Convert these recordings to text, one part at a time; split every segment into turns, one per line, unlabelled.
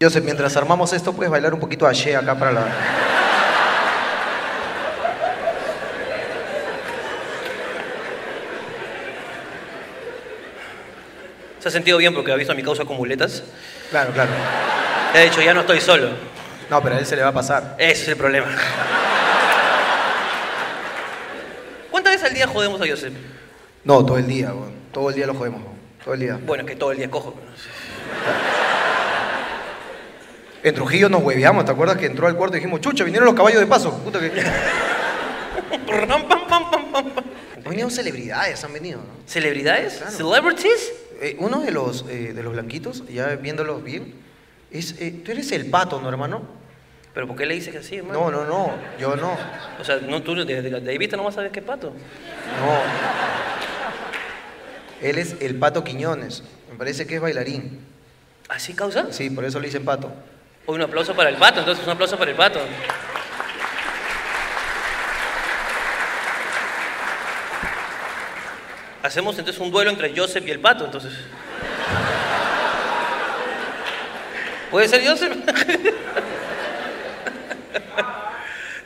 Yo sé, mientras armamos esto, puedes bailar un poquito a She acá para la.
Se ha sentido bien porque ha visto a mi causa con muletas.
Claro, claro.
De hecho, ya no estoy solo.
No, pero a él se le va a pasar.
Ese es el problema. ¿Cuántas veces al día jodemos a Joseph?
No, todo el día, weón. Todo el día lo jodemos, weón. Todo el día.
Bueno, que todo el día cojo.
En Trujillo nos hueveamos, ¿te acuerdas que entró al cuarto y dijimos, chucha, vinieron los caballos de paso? Puta que.
Pam, pam, pam, pam, pam.
Han venido celebridades, han venido, ¿no?
¿Celebridades?
Claro.
¿Celebrities?
Eh, uno de los, eh, de los blanquitos, ya viéndolos bien, es. eh, Tú eres el pato, ¿no, hermano?
¿Pero por qué le dices así,
No,
hermano?
no, no. Yo no.
O sea, no, tú desde de, de ahí vista nomás sabes qué pato.
No. Él es el pato Quiñones. Me parece que es bailarín.
¿Así causa?
Sí, por eso le dicen pato.
Hoy un aplauso para el pato, entonces un aplauso para el pato. Hacemos entonces un duelo entre Joseph y el pato, entonces. ¿Puede ser Joseph?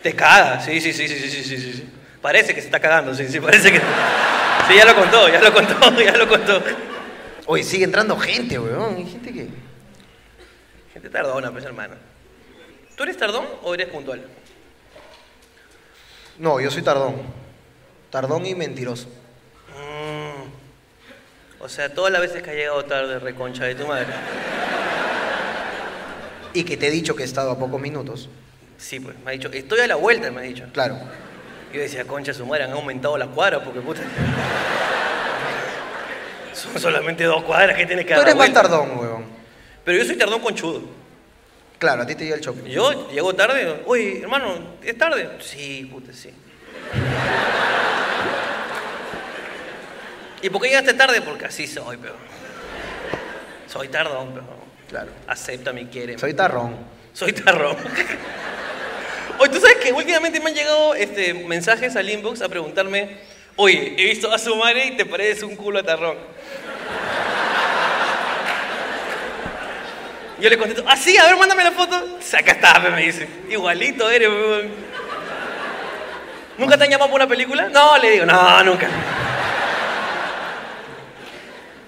Te caga, sí, sí, sí, sí, sí, sí, sí, sí, sí. Parece que se está cagando, sí, sí, parece que. Sí, ya lo contó, ya lo contó, ya lo contó.
Oye, sigue entrando gente, weón. Hay gente que.
Gente tardona, pues hermano. ¿Tú eres tardón o eres puntual?
No, yo soy tardón. Tardón y mentiroso.
Mm. O sea, todas las veces que ha llegado tarde, reconcha de tu madre.
Y que te he dicho que he estado a pocos minutos.
Sí, pues, me ha dicho, estoy a la vuelta, me ha dicho.
Claro.
Yo decía, concha su madre, han aumentado la cuadra porque puta. Son solamente dos cuadras que tienes que
Tú
dar.
eres
la
más
vuelta.
tardón, weón.
Pero yo soy tardón conchudo.
Claro, a ti te llega el shopping.
Yo llego tarde, oye, hermano, ¿es tarde? Sí, puta, sí. ¿Y por qué llegaste tarde? Porque así soy, pero. Soy tardón, pero.
Claro.
Acepta, me quiere.
Soy tarrón.
Soy tarrón. Oye, tú sabes que últimamente me han llegado este, mensajes al inbox a preguntarme, oye, he visto a su madre y te pareces un culo a tarrón. Yo le contesto, ah, sí, a ver, mándame la foto. Saca está, pe, me dice. Igualito eres, weón. ¿Nunca te han llamado por una película? No, le digo, no, nunca.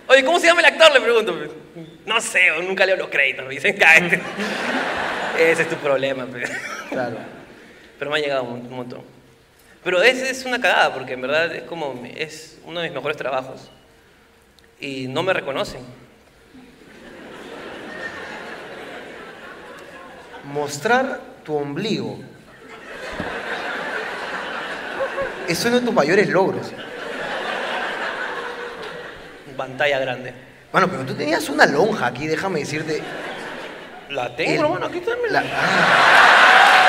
Oye, ¿cómo se llama el actor? Le pregunto. No sé, nunca leo los créditos. Me dicen, cállate. Ese es tu problema, pero,
Claro.
pero me ha llegado un, un montón. Pero es, es una cagada, porque en verdad es como, mi- es uno de mis mejores trabajos. Y no me reconocen.
Mostrar tu ombligo. Es uno de tus mayores logros.
Pantalla grande.
Bueno, pero tú tenías una lonja aquí, déjame decirte.
La tengo,
El-
hermano, aquí también.
La- Ah.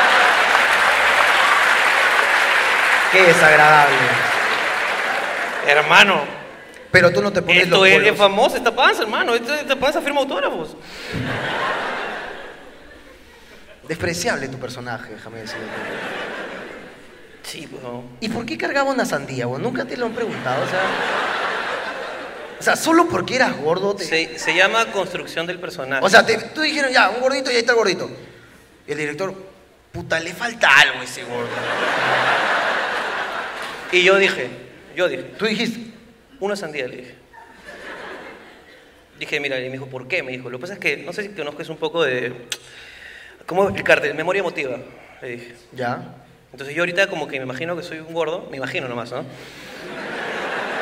Qué desagradable.
Hermano,
Pero tú no te pones
esto
los
es, es
polos.
famoso, esta panza, hermano. Esta, esta panza firma autógrafos.
Despreciable tu personaje, déjame decirte.
Sí, pues, no.
¿Y por qué cargaba una sandía, weón? Nunca te lo han preguntado, o sea. O sea, solo porque eras gordo te.
Se, se llama construcción del personaje.
O sea, te, tú dijeron ya, un gordito y ahí está el gordito. Y el director, puta, le falta algo a ese gordo.
y yo dije, yo dije,
Tú dijiste,
Una sandía, le dije. Dije, mira, y me dijo, ¿por qué? Me dijo, lo que pasa es que, no sé si conozcas un poco de... ¿Cómo explicarte? Memoria emotiva, le dije.
ya.
Entonces yo ahorita como que me imagino que soy un gordo, me imagino nomás, ¿no?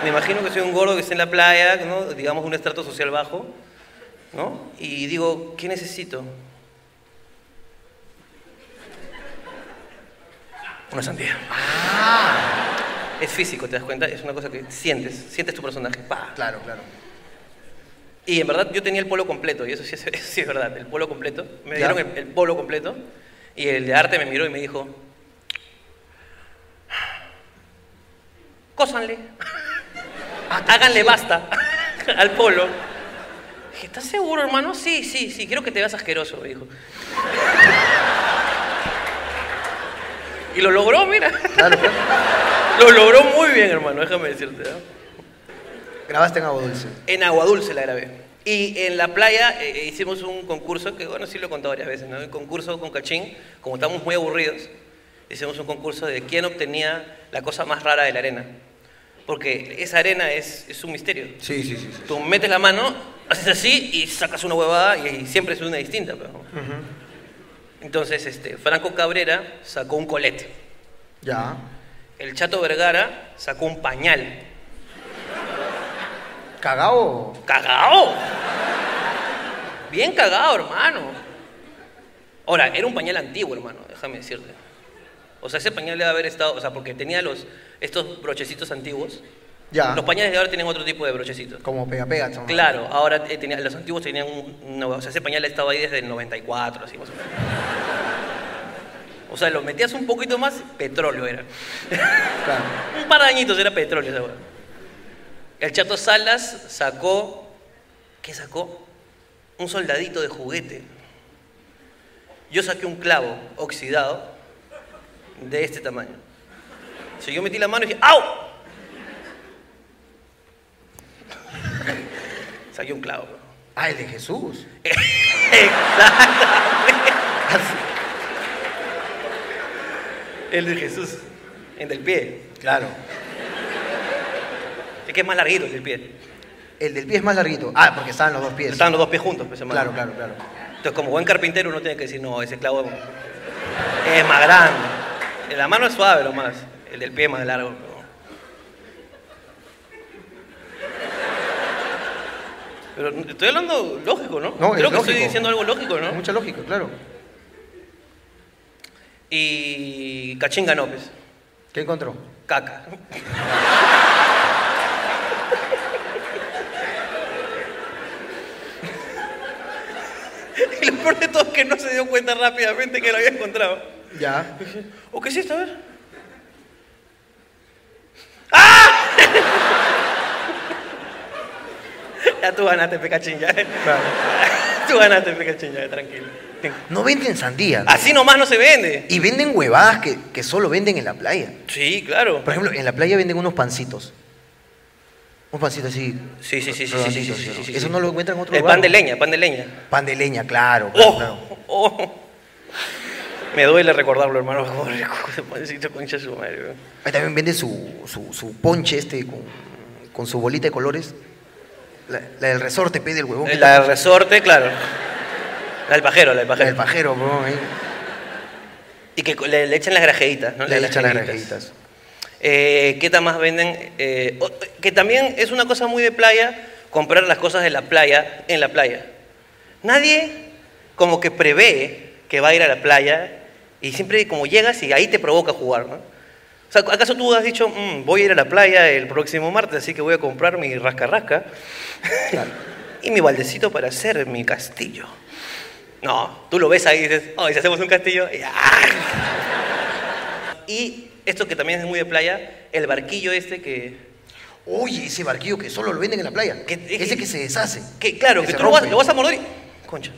Me imagino que soy un gordo que está en la playa, ¿no? digamos un estrato social bajo, ¿no? Y digo, ¿qué necesito? Una sandía.
Ah,
Es físico, ¿te das cuenta? Es una cosa que sientes, sientes tu personaje. ¡Pah!
Claro, claro.
Y en verdad yo tenía el polo completo, y eso sí es, sí es verdad, el polo completo. Me
Ya.
dieron el, el polo completo, y el de arte me miró y me dijo, cósanle, háganle basta al polo. Dije, ¿estás seguro, hermano? Sí, sí, sí, quiero que te veas asqueroso, me dijo. Y lo logró, mira.
Claro, claro.
Lo logró muy bien, hermano, déjame decirte. ¿eh? ¿no?
Grabaste en agua dulce.
En Agua Dulce la grabé. Y en la playa eh, hicimos un concurso, que bueno, sí lo he contado varias veces, ¿no? El concurso con Cachín, como estábamos muy aburridos, hicimos un concurso de quién obtenía la cosa más rara de la arena. Porque esa arena es, es un misterio.
Sí, sí, sí. sí.
Tú metes la mano, haces así y sacas una huevada y, y siempre es una distinta. pero- Entonces, este, Franco Cabrera sacó un colete.
Ya.
El Chato Vergara sacó un pañal.
Cagao.
¡Cagao! Bien cagado, hermano. Ahora, era un pañal antiguo, hermano, déjame decirte. O sea, ese pañal debe haber estado, o sea, porque tenía los, estos brochecitos antiguos.
Ya.
Los pañales de ahora tienen otro tipo de brochecitos.
Como pega pega. chamo.
Claro, ahora eh, tenía- los antiguos tenían un, una- o sea, ese pañal estaba ahí desde el 94, así más o menos. O sea, lo metías un poquito más, petróleo era.
Claro.
Un par de añitos era petróleo esa hueá. El Chato Salas sacó. ¿Qué sacó? Un soldadito de juguete. Yo saqué un clavo oxidado de este tamaño. Si yo metí la mano y dije, ¡au! Saqué un clavo. bro.
Ah, el de Jesús.
El de Jesús. El del pie.
Claro.
Es que es más larguito el del pie.
El del pie es más larguito. Ah, porque estaban los dos pies.
Estaban los dos pies juntos, pues, hermano.
Claro, claro, claro.
Entonces, como buen carpintero, uno tiene que decir, no, ese clavo es más grande. El de La mano es suave, lo más. El del pie es más largo. pero- Pero estoy hablando lógico, ¿no?
No, es
Creo que
lógico.
estoy diciendo algo lógico, ¿no?
Mucha lógica, claro.
Y Cachín ganó, pues.
¿Qué encontró?
Caca. Y lo peor de todo es que no se dio cuenta rápidamente que lo había encontrado.
Ya.
¿O qué es esto? A ver. ¡Ah! ya tú ganaste, Pecachín, ya.
Claro.
Tú ganaste, Pecachín, ya, tranquilo.
No venden sandía. ¿no?
Así nomás no se vende.
Y venden huevadas que, que solo venden en la playa.
Sí, claro.
Por ejemplo, eh, en la playa venden unos pancitos. Un pancito así.
Sí, sí, sí, sí, sí, sí, sí,
redondito,
sí, sí, sí.
Eso no lo encuentran en otro
El
lugar.
pan de leña, pan de leña.
Pan de leña, claro. claro,
¡Oh!
claro.
¡Oh! Me duele recordarlo, hermano. Como rico ese pancito, concha de su madre, weón.
Ahí también vende su, su, su ponche este con, con su bolita de colores. La, la del resorte, pide el huevón.
La del resorte, claro. La del pajero, la del
La
pajero.
del pajero, bro. ahí.
Y que co- le, le echan las grajeitas, ¿no?
Le
las
echan las
grajeitas.
rajitas.
Eh, ¿Qué tan más venden? Eh, o- que también es una cosa muy de playa, comprar las cosas de la playa en la playa. Nadie como que prevé que va a ir a la playa y siempre como llegas y ahí te provoca jugar, ¿no? O sea, ¿acaso tú has dicho, "Mm, voy a ir a la playa el próximo martes, así que voy a comprar mi rasca-rasca
Claro.
y mi baldecito para hacer mi castillo? No, tú lo ves ahí y dices, oh, ¿y si hacemos un castillo? Y, ¡ah! Y esto que también es muy de playa, el barquillo este que...
Oye, ese barquillo que solo lo venden en la playa.
Que-
ese que se deshace.
Que claro, que,
se
tú lo vas,
rompe.
lo vas a morder y... Concha.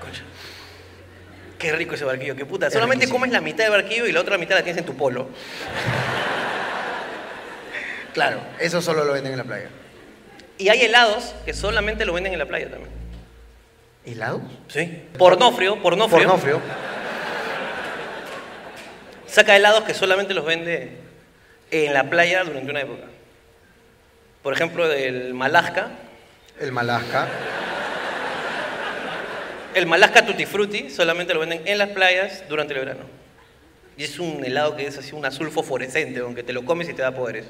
Concha. Qué rico ese barquillo, qué puta.
Es
Solamente
riquísimo.
comes la mitad del barquillo y la otra mitad la tienes en tu polo.
Claro, eso solo lo venden en la playa.
Y hay helados que solamente lo venden en la playa también.
¿Helado?
Sí. Pornofrio, pornofrio.
Pornofrio.
Saca helados que solamente los vende en la playa durante una época. Por ejemplo, el Malasca.
El malasca.
El Malasca Tutti Frutti solamente lo venden en las playas durante el verano. Y es un helado que es así un azul fosforescente, aunque te lo comes y te da poderes.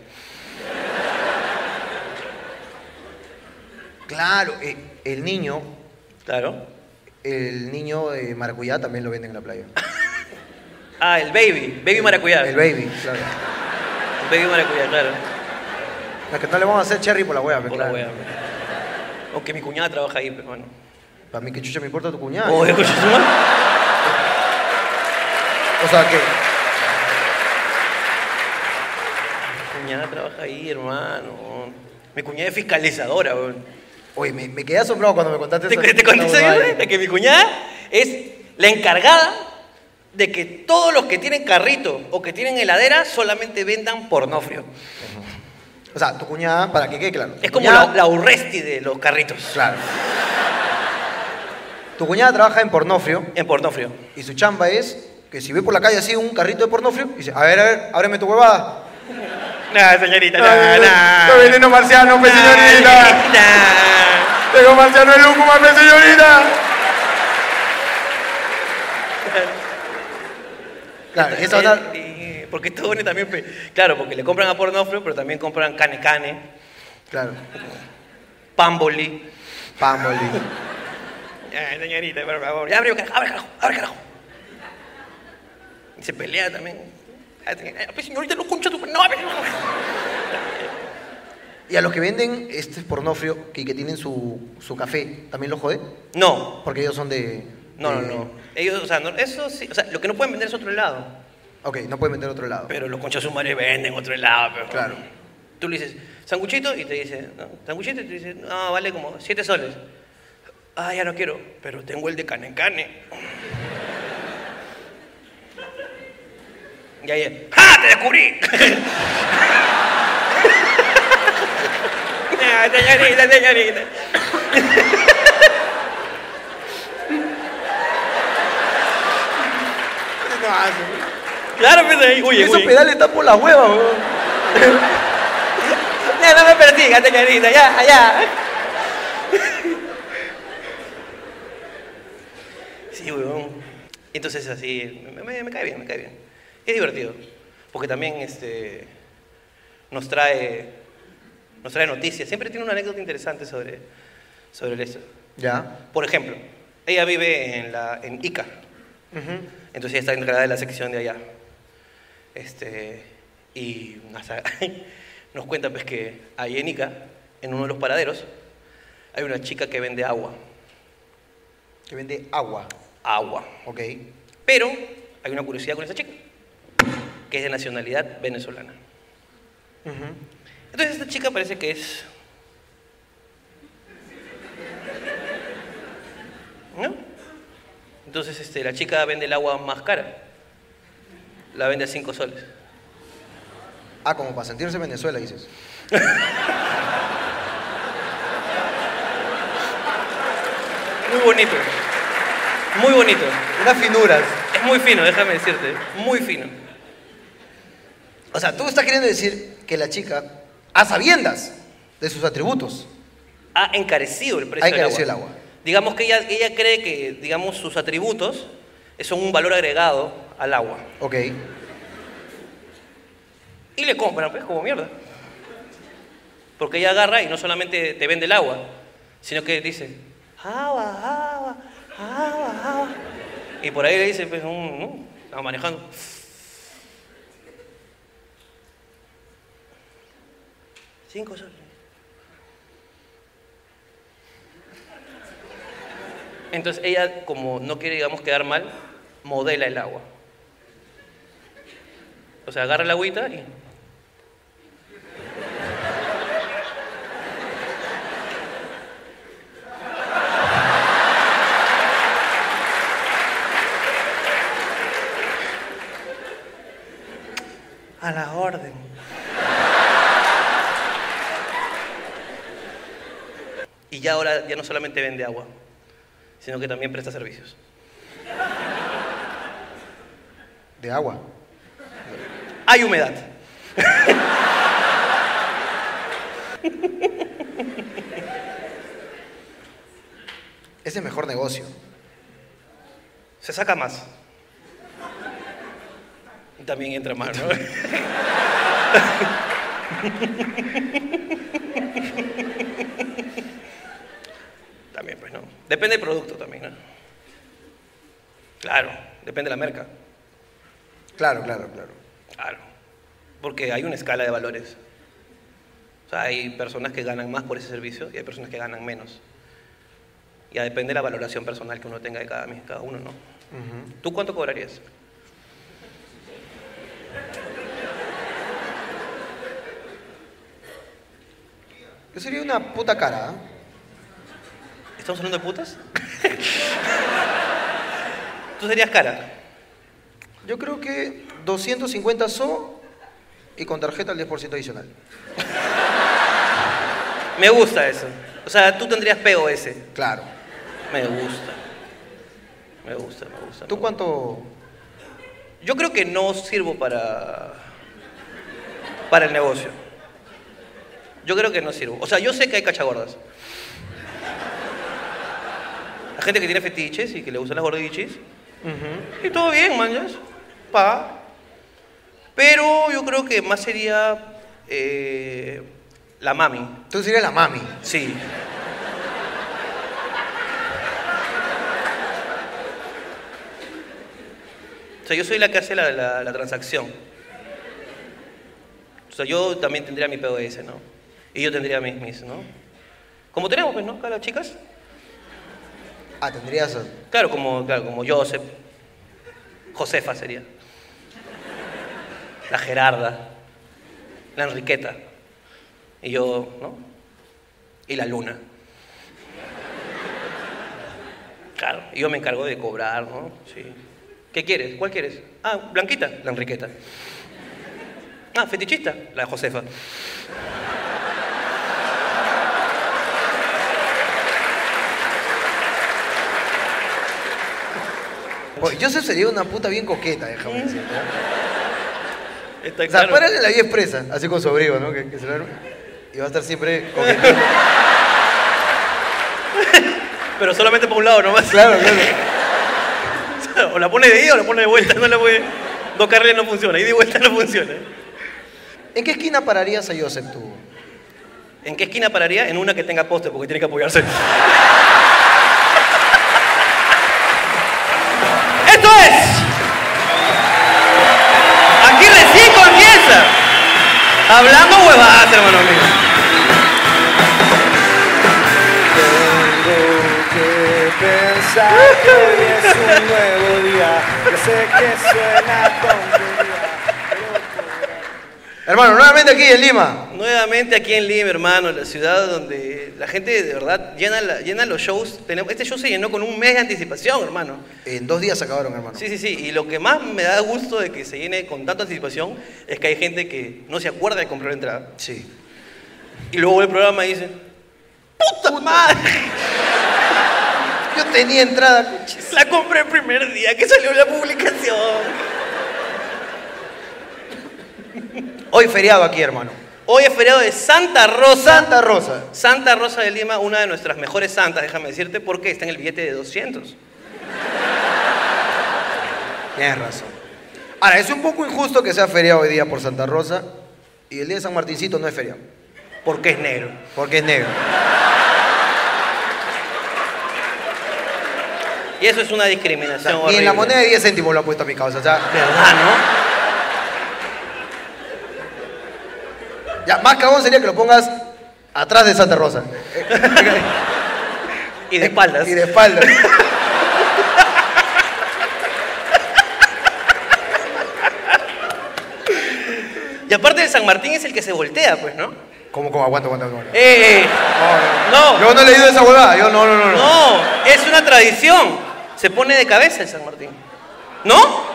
Claro, eh, el niño,
Claro.
el niño de maracuyá también lo venden en la playa.
Ah, el Baby, Baby Maracuyá.
El baby, claro.
Baby Maracuyá, claro.
La que no le vamos a hacer cherry por la pues, hueá,
Por la wea. Aunque mi cuñada trabaja ahí, pero bueno.
Para mí que chucha me importa tu cuñada.
Oh, escucha su madre.
O sea que
Mi cuñada trabaja ahí, hermano. Mi cuñada es fiscalizadora, weón.
Oye, me, me quedé asombrado cuando me contaste
¿Te,
esa-
te conté
esa
esa
huevada.
mierda? que mi cuñada es la encargada de que todos los que tienen carrito o que tienen heladera solamente vendan pornofrio.
O sea, tu cuñada, para que quede claro. tu
Es como
cuñada-
la, la Urresti de los carritos,
Claro. Tu cuñada trabaja en pornofrio
en Portofrio.
y su chamba es que si ve por la calle así un carrito de pornofrio, dice, a ver, a ver, ábreme tu huevada.
No, señorita, no,
Ay, está
no.
veneno marciano, pues, señorita.
No,
Tengo marciano en Lúcuma, pues, señorita. Claro, esa
no.
onda-
Eh, Porque estos jóvenes también, pe- claro, porque le compran a Pornofrio, pero también compran Cane Cane,
Claro.
Pamboli.
Pamboli.
Ay, señorita, por favor. Ya abrió, carajo, abre, carajo, abre, carajo. Y se pelea también. Ay, señorita, ay, pues, señorita, no concha tu... No, abre, no.
Y a los que venden este pornofrio y que tienen su, su café, ¿también lo jode?
No,
Porque ellos son de...
No, no,
de-
no. Ellos, o sea, no- eso sí, o sea, lo que no pueden vender es otro helado.
Ok, no pueden vender a otro lado.
Pero los conchas sumares venden otro helado, pero.
Claro.
Tú le dices, sanguchito, y te dice, no, sanguchito, y te dice, no, vale como 7 soles. Ah, ya no quiero, pero tengo el de cane en cane. Y ahí, ¡ja! ¡Te descubrí! Ah, señorita, señorita. Claro, pues ahí, oye,
Esos
oye.
pedales están por la hueva, weón.
Ya no me persiga, señorita, ya, allá. Sí, weón. Entonces así, me, me- me cae bien, me cae bien. Es divertido, porque también este, nos, trae, nos trae noticias. Siempre tiene una anécdota interesante sobre, sobre esto.
Ya.
Por ejemplo, ella vive en, la, en Ica,
Ujú.
entonces ella está encargada de la sección de allá. Este, y nos, nos cuenta pues que ahí en Ica, en uno de los paraderos, hay una chica que vende agua.
Que vende agua.
Agua.
Ok.
Pero hay una curiosidad con esa chica, que es de nacionalidad venezolana.
Ujú.
Entonces esta chica parece que es... ¿No? Entonces este, la chica vende el agua más cara. La vende a 5 soles.
Ah, como para sentirse en Venezuela, dices.
Muy bonito. Muy bonito.
Unas finuras.
Es muy fino, déjame decirte. Muy fino.
O sea, tú estás queriendo decir que la chica, a sabiendas de sus atributos,
Ha encarecido el precio
Ha
del agua.
encarecido el agua.
Digamos que ella, ella cree que, digamos, sus atributos son un valor agregado al agua.
ok,
Y le compran, pues, como mierda. Porque ella agarra y no solamente te vende el agua, sino que dice, agua, agua, agua, agua. Y por ahí le dice, pues, un, un, estaba manejando. Cinco soles. Entonces ella, como no quiere, digamos, quedar mal, modela el agua. O sea, agarra la agüita y... A la orden. Y ya ahora ya no solamente vende agua, sino que también presta servicios.
de agua.
Hay humedad.
Ese es mejor negocio.
Se saca más. Y también entra más, ¿no? también, pues, ¿no? Depende del producto también, ¿no? Claro, depende de la marca.
Claro, claro, claro.
Claro. Porque hay una escala de valores. O sea, hay personas que ganan más por ese servicio y hay personas que ganan menos. Ya depende de la valoración personal que uno tenga de cada, cada uno, ¿no?
Ujú.
¿Tú cuánto cobrarías?
Yo sería una puta cara, ¿ah?
¿Estamos hablando de putas? Tú serías cara.
Yo creo que 250 so y con tarjeta el 10% adicional.
Me gusta eso. O sea, tú tendrías POS.
Claro.
Me gusta. Me gusta, me gusta.
¿Tú
me gusta.
cuánto?
Yo creo que no sirvo para. para el negocio. Yo creo que no sirvo. O sea, yo sé que hay cachagordas. La gente que tiene fetiches y que le gustan las gordichis. Y todo bien, manjas. Pa. Pero yo creo que más sería. eh, la mami.
Tú serías la mami.
Sí. O sea, yo soy la que hace la, la- la transacción. O sea, yo también tendría mi POS, ¿no? Y yo tendría mis, mis, ¿no? Como tenemos, pues, ¿no? Acá las chicas.
Ah, tendrías.
Claro, como, claro, como Joseph. Josefa sería. La Gerarda. La Enriqueta. Y yo, ¿no? Y la Luna. Claro, y yo me encargo de cobrar, ¿no? Sí. ¿Qué quieres? ¿Cuál quieres? Ah, Blanquita, la Enriqueta. Ah, fetichista, la Josefa.
Pues, Joseph sería una puta bien coqueta, déjame decirte. ¿eh?
Está
O sea,
claro.
párale la vida expresa, así con su abrigo, ¿no? Que, que se lo arme. Y va a estar siempre coquetando.
Pero solamente por un lado nomás.
claro, claro.
O la pone de ida o la pone de vuelta, no la puede. Dos carriles no funciona, ida y vuelta no funciona.
¿En qué esquina pararías a Joseph tú?
¿En qué esquina pararía? En una que tenga poste, porque tiene que apoyarse. ¡Esto es! Aquí recién comienza. Hablando huevadas, hermano mío.
Tengo que pensar que hoy es un nuevo día. Yo sé que suena tontería.
Hermano, nuevamente aquí en Lima.
Nuevamente aquí en Lima, hermano, la ciudad donde la gente de verdad llena, la- llena los shows. Tenemos- Este show se llenó con un mes de anticipación, hermano.
En dos días se acabaron, hermano.
Sí, sí, sí. Y lo que más me da gusto de que se llene con tanta anticipación es que hay gente que no se acuerda de comprar entrada.
Sí.
Y luego ve el programa y dice, ¡Puta madre!
Yo tenía entrada.
La compré el primer día que salió la publicación.
Hoy feriado aquí, hermano.
Hoy es feriado de Santa Rosa.
Santa Rosa.
Santa Rosa de Lima, una de nuestras mejores santas, déjame decirte, porque está en el billete de 200.
Tienes razón. Ahora, es un poco injusto que sea feriado hoy día por Santa Rosa y el día de San Martincito no es feriado.
Porque es negro.
Porque es negro.
Y eso es una
O sea,
discriminación.
ni en la
horrible.
moneda de 10 céntimos lo ha puesto a mi causa. O sea,
¿Verdad,
ya, más cagón sería que lo pongas atrás de Santa Rosa.
no? Y de espaldas.
Eh, Y de espaldas.
Y aparte de San Martín es el que se voltea, pues, ¿no?
¿Cómo, cómo? Aguanta, aguanta, aguanta.
¡Eh!
No,
No.
Yo no he leído esa huevada. Yo no, no, no. no.
No, es una tradición. Se pone de cabeza el San Martín. ¿No?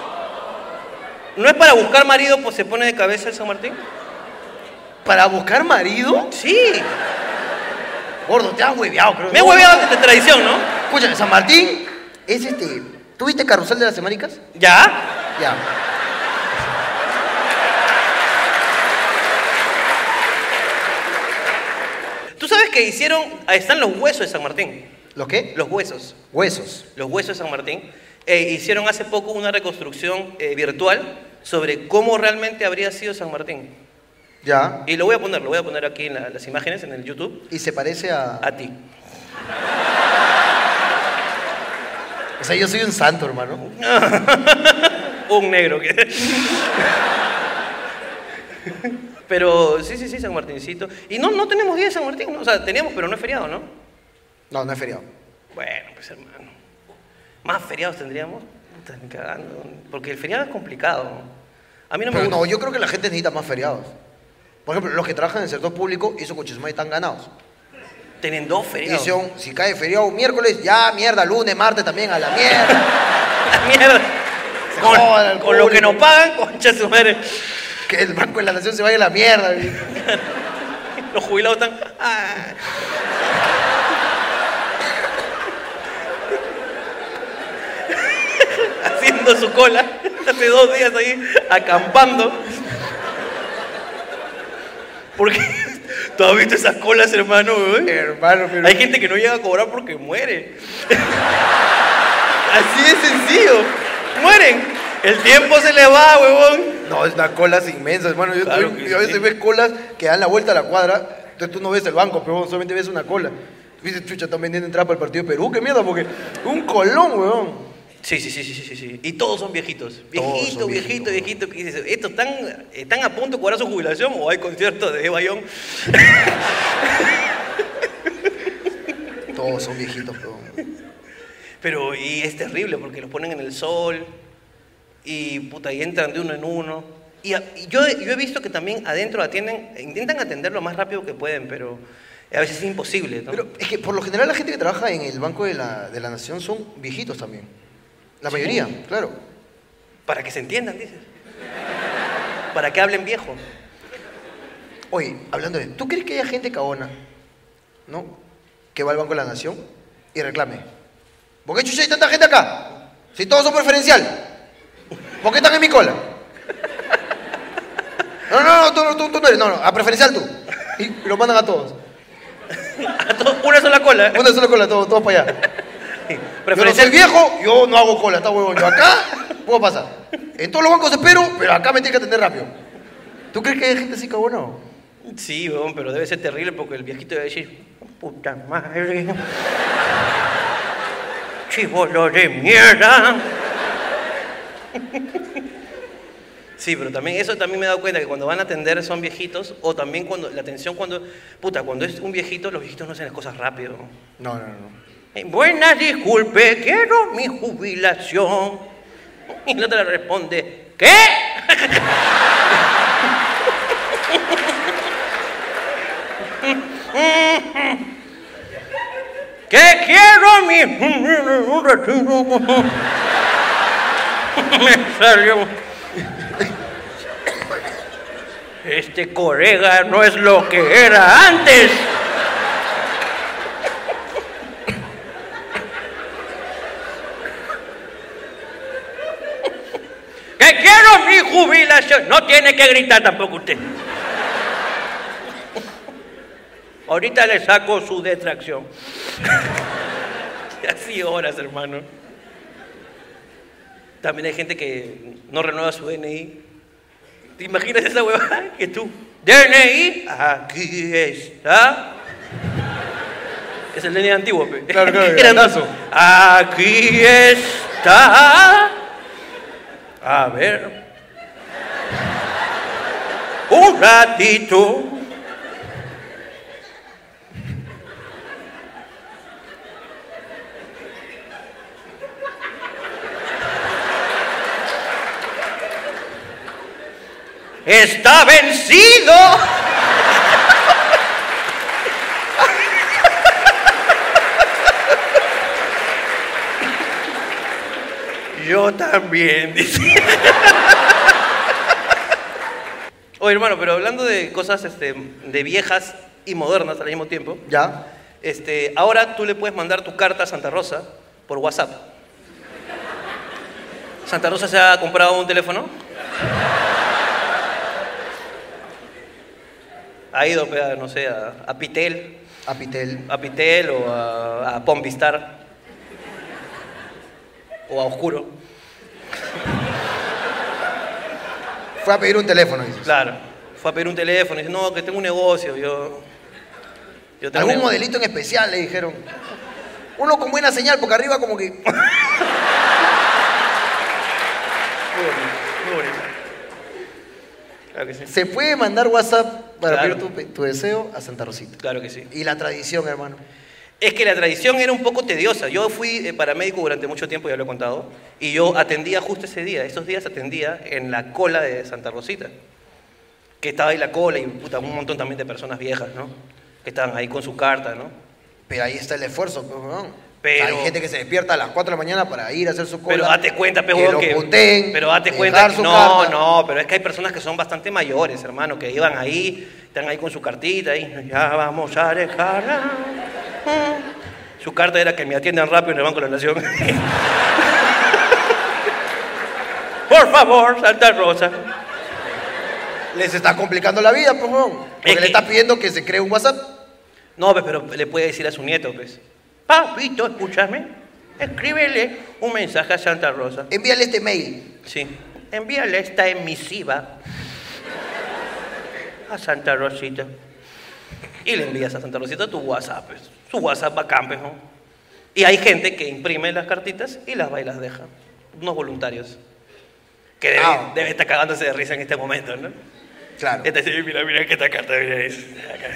¿No es para buscar marido pues se pone de cabeza el San Martín?
¿Para buscar marido?
Sí.
Gordo, te has hueveado, creo.
Me he hueveado ante esta tradición, ¿no?
Escúchame, San Martín es este. ¿Tuviste carrusel de las semánicas?
Ya.
Ya.
Tú sabes que hicieron. Ahí están los huesos de San Martín.
¿Los qué?
Los huesos.
Huesos.
Los huesos de San Martín. Eh, hicieron hace poco una reconstrucción eh, virtual sobre cómo realmente habría sido San Martín.
Ya.
Y lo voy a poner, lo voy a poner aquí en la- las imágenes, en el YouTube.
Y se parece a.
A ti.
O sea, yo soy un santo, hermano.
Un negro que. pero sí, sí, sí, San Martincito. Y no, no tenemos día de San Martín, ¿no? o sea, teníamos, pero no es feriado, ¿no?
No, no es feriado.
Bueno, pues hermano. Más feriados tendríamos. Puta, ni cagando. Porque el feriado es complicado. A mí no me
Pero no,
gusta.
yo creo que la gente necesita más feriados. Por ejemplo, los que trabajan en el sector público y sus coches están ganados.
Tienen dos feriados.
Dicen, si cae feriado miércoles, ya mierda, lunes, martes también a la mierda.
La Ah, mierda. Con,
joda el
con lo que
público.
nos pagan, concha su madre.
que el Banco de la Nación se vaya a la mierda. güey.
Los jubilados están. "Ah". Haciendo su cola. Hace dos días ahí acampando. Porque tú has visto esas colas, hermano. eh? güey?
Hermano, pero...
Hay gente que no llega a cobrar porque muere. Así de sencillo. Mueren. El tiempo se le va, huevón.
No, es una colas inmensa, hermano. Yo,
Claro
estoy-
que
yo a veces
sí.
ves colas que dan la vuelta a la cuadra. Entonces tú no ves el banco, pero vos solamente ves una cola. Tú dices, chucha, están vendiendo entrada para el partido de Perú. ¿Qué mierda? Porque un colón, weón.
Sí, sí, sí, sí, sí, sí, sí. Y todos son viejitos.
Todos
Viejito,
son
viejito,
viejitos,
viejito. que dices, ¿estos están, están a punto de cobrar su jubilación o hay conciertos de Eva Young?
Todos son viejitos, weón.
Pero y es terrible porque los ponen en el sol y puta, y entran de uno en uno. Y, a- y yo, yo he visto que también adentro atienden, intentan atender lo más rápido que pueden, pero a veces es imposible. ¿no?
Pero es que por lo general la gente que trabaja en el Banco de la, de la Nación son viejitos también. La mayoría, claro.
Para que se entiendan, dices. Para que hablen viejo.
Oye, hablando de... ¿Tú crees que haya gente cagona, no? Que va al Banco de la Nación y reclame. ¿Por qué chucha hay tanta gente acá? Si todos son preferencial. ¿Por qué están en mi cola? No, no, no, tú, no- tú, tú no eres. No, no, a preferencial tú. Y lo mandan a todos.
A todos, una sola cola.
Una sola cola, todos, todos para allá.
Preferencial.
Yo no soy viejo, yo no hago cola, está huevón. Yo acá puedo pasar. En todos los bancos espero, pero acá me tiene que atender rápido. ¿Tú crees que hay gente así cagona o...?
Sí, weón, pero debe ser terrible porque el viejito debe decir, puta madre. Chivolo de mierda. Sí, pero también eso también me he dado cuenta que cuando van a atender son viejitos o también cuando la atención cuando puta, cuando es un viejito los viejitos no hacen las cosas rápido.
No, no, no.
Eh, Buenas, disculpe, quiero mi jubilación. Y no te le responde, ¿qué? ¿Qué quiero mi jubilación? Me salió. Este colega no es lo que era antes. ¡Que quiero mi jubilación! No tiene que gritar tampoco usted. Ahorita le saco su detracción. Así horas, hermano. También hay gente que no renueva su DNI. ¿Te imaginas esa huevada que tú? DNI, aquí está. ¿Ah? Es el DNI antiguo, pe.
Claro, claro,
Era-
grandazo.
Aquí está. A ver. Un ratito. Está vencido. Yo también, dice. Oye, hermano, pero hablando de cosas este, de viejas y modernas al mismo tiempo,
¿Ya?
este, ahora tú le puedes mandar tu carta a Santa Rosa por WhatsApp. ¿Santa Rosa se ha comprado un teléfono? Ha ido, pe, a, no sé, a, a Pitel,
A Pitel.
a Pitel o a, a Pompistar o a Oscuro.
Fue a pedir un teléfono, dices.
Claro, fue a pedir un teléfono y dice, no, que tengo un negocio, yo... yo tengo
Algún
un negocio".
modelito en especial, le dijeron. Uno con buena señal, porque arriba como que...
Muy bonito, muy bonito. Claro que sí.
Se puede mandar WhatsApp para
Claro.
pedir tu, pe- tu deseo a Santa Rosita.
Claro que sí.
Y la tradición, hermano.
Es que la tradición era un poco tediosa. Yo fui eh, paramédico durante mucho tiempo, ya lo he contado, y yo atendía justo ese día. Esos días atendía en la cola de Santa Rosita, que estaba ahí la cola y puta, un montón también de personas viejas, ¿no? Que estaban ahí con su carta, ¿no?
Pero ahí está el esfuerzo, pues, weón.
Pero-
hay gente que se despierta a las 4 de la mañana para ir a hacer su cola.
Pero date cuenta, pe,
que
huevón,
lo
que,
punten,
pero date
dejar
cuenta que-
su
no,
carta.
no, pero es que hay personas que son bastante mayores, hermano, que iban ahí, están ahí con su cartita y ya vamos a dejarla. Mm. Su carta era que me atiendan rápido en el Banco de la Nación. Por favor, Santa Rosa.
Les está complicando la vida, por favor. Porque
Es que-
le está pidiendo que se cree un WhatsApp.
No, pues, pero le puede decir a su nieto, pues. Papito, escúchame. Escríbele un mensaje a Santa Rosa.
Envíale este mail.
Sí. Envíale esta emisiva a Santa Rosita. Y le envías a Santa Rosita tu WhatsApp. pues. Su WhatsApp bacán, pues, ¿no? Y hay gente que imprime las cartitas y las va y las deja. Unos voluntarios. Que debe,
Ah.
debe estar cagándose de risa en este momento, ¿no?
Claro.
Esta Este sí, mira, mira que esta carta, mira, dice. acá.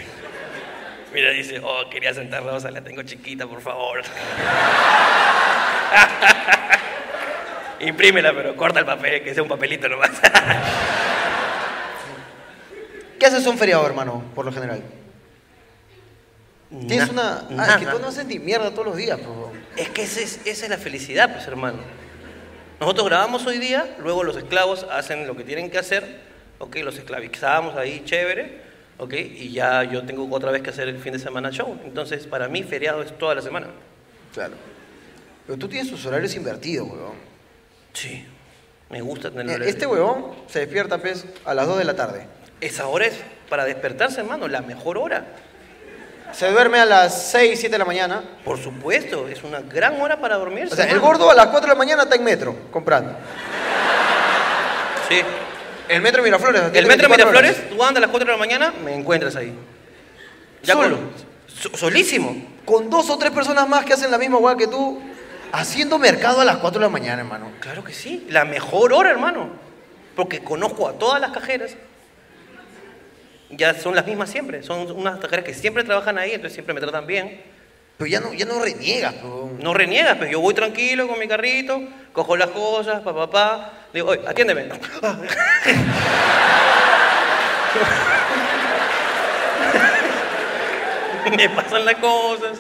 Mira, dice, oh, quería Santa Rosa, la tengo chiquita, por favor. Imprímela, pero corta el papel, que sea un papelito nomás.
¿Qué haces un feriado, hermano, por lo general? Tienes
Na-
una. Ah, es que
nada.
tú no haces ni mierda todos los días, pues, por favor.
Es que ese es- esa es la felicidad, pues, hermano. Nosotros grabamos hoy día, luego los esclavos hacen lo que tienen que hacer, ok, los esclavizamos ahí, chévere, ok, y ya yo tengo otra vez que hacer el fin de semana show. Entonces, para mí, feriado es toda la semana.
Claro. Pero tú tienes tus horarios invertidos, huevón.
Sí. Me gusta tener
Eh,
horario.
Este huevón se despierta pues, a las 2 de la tarde.
Esa hora es para despertarse, hermano, la mejor hora.
Se duerme a las 6, 7 de la mañana.
Por supuesto, es una gran hora para dormirse.
O sea, el
hermano.
gordo a las 4 de la mañana está en metro comprando.
Sí.
El metro Miraflores.
El
tiene
metro
24 horas.
Miraflores, tú andas a las 4 de la mañana, me encuentras ahí.
Solo.
con- so- solísimo.
Con dos o tres personas más que hacen la misma hueá que tú, haciendo mercado a las 4 de la mañana, hermano.
Claro que sí, la mejor hora, hermano. Porque conozco a todas las cajeras. Ya son las mismas siempre. Son unas cajeras que siempre trabajan ahí, entonces siempre me tratan bien.
Pero ya no, ya no reniegas, huevón.
No reniegas, pero yo voy tranquilo con mi carrito, cojo las cosas, papá, papá. digo, oye, atiéndeme. Me pasan las cosas.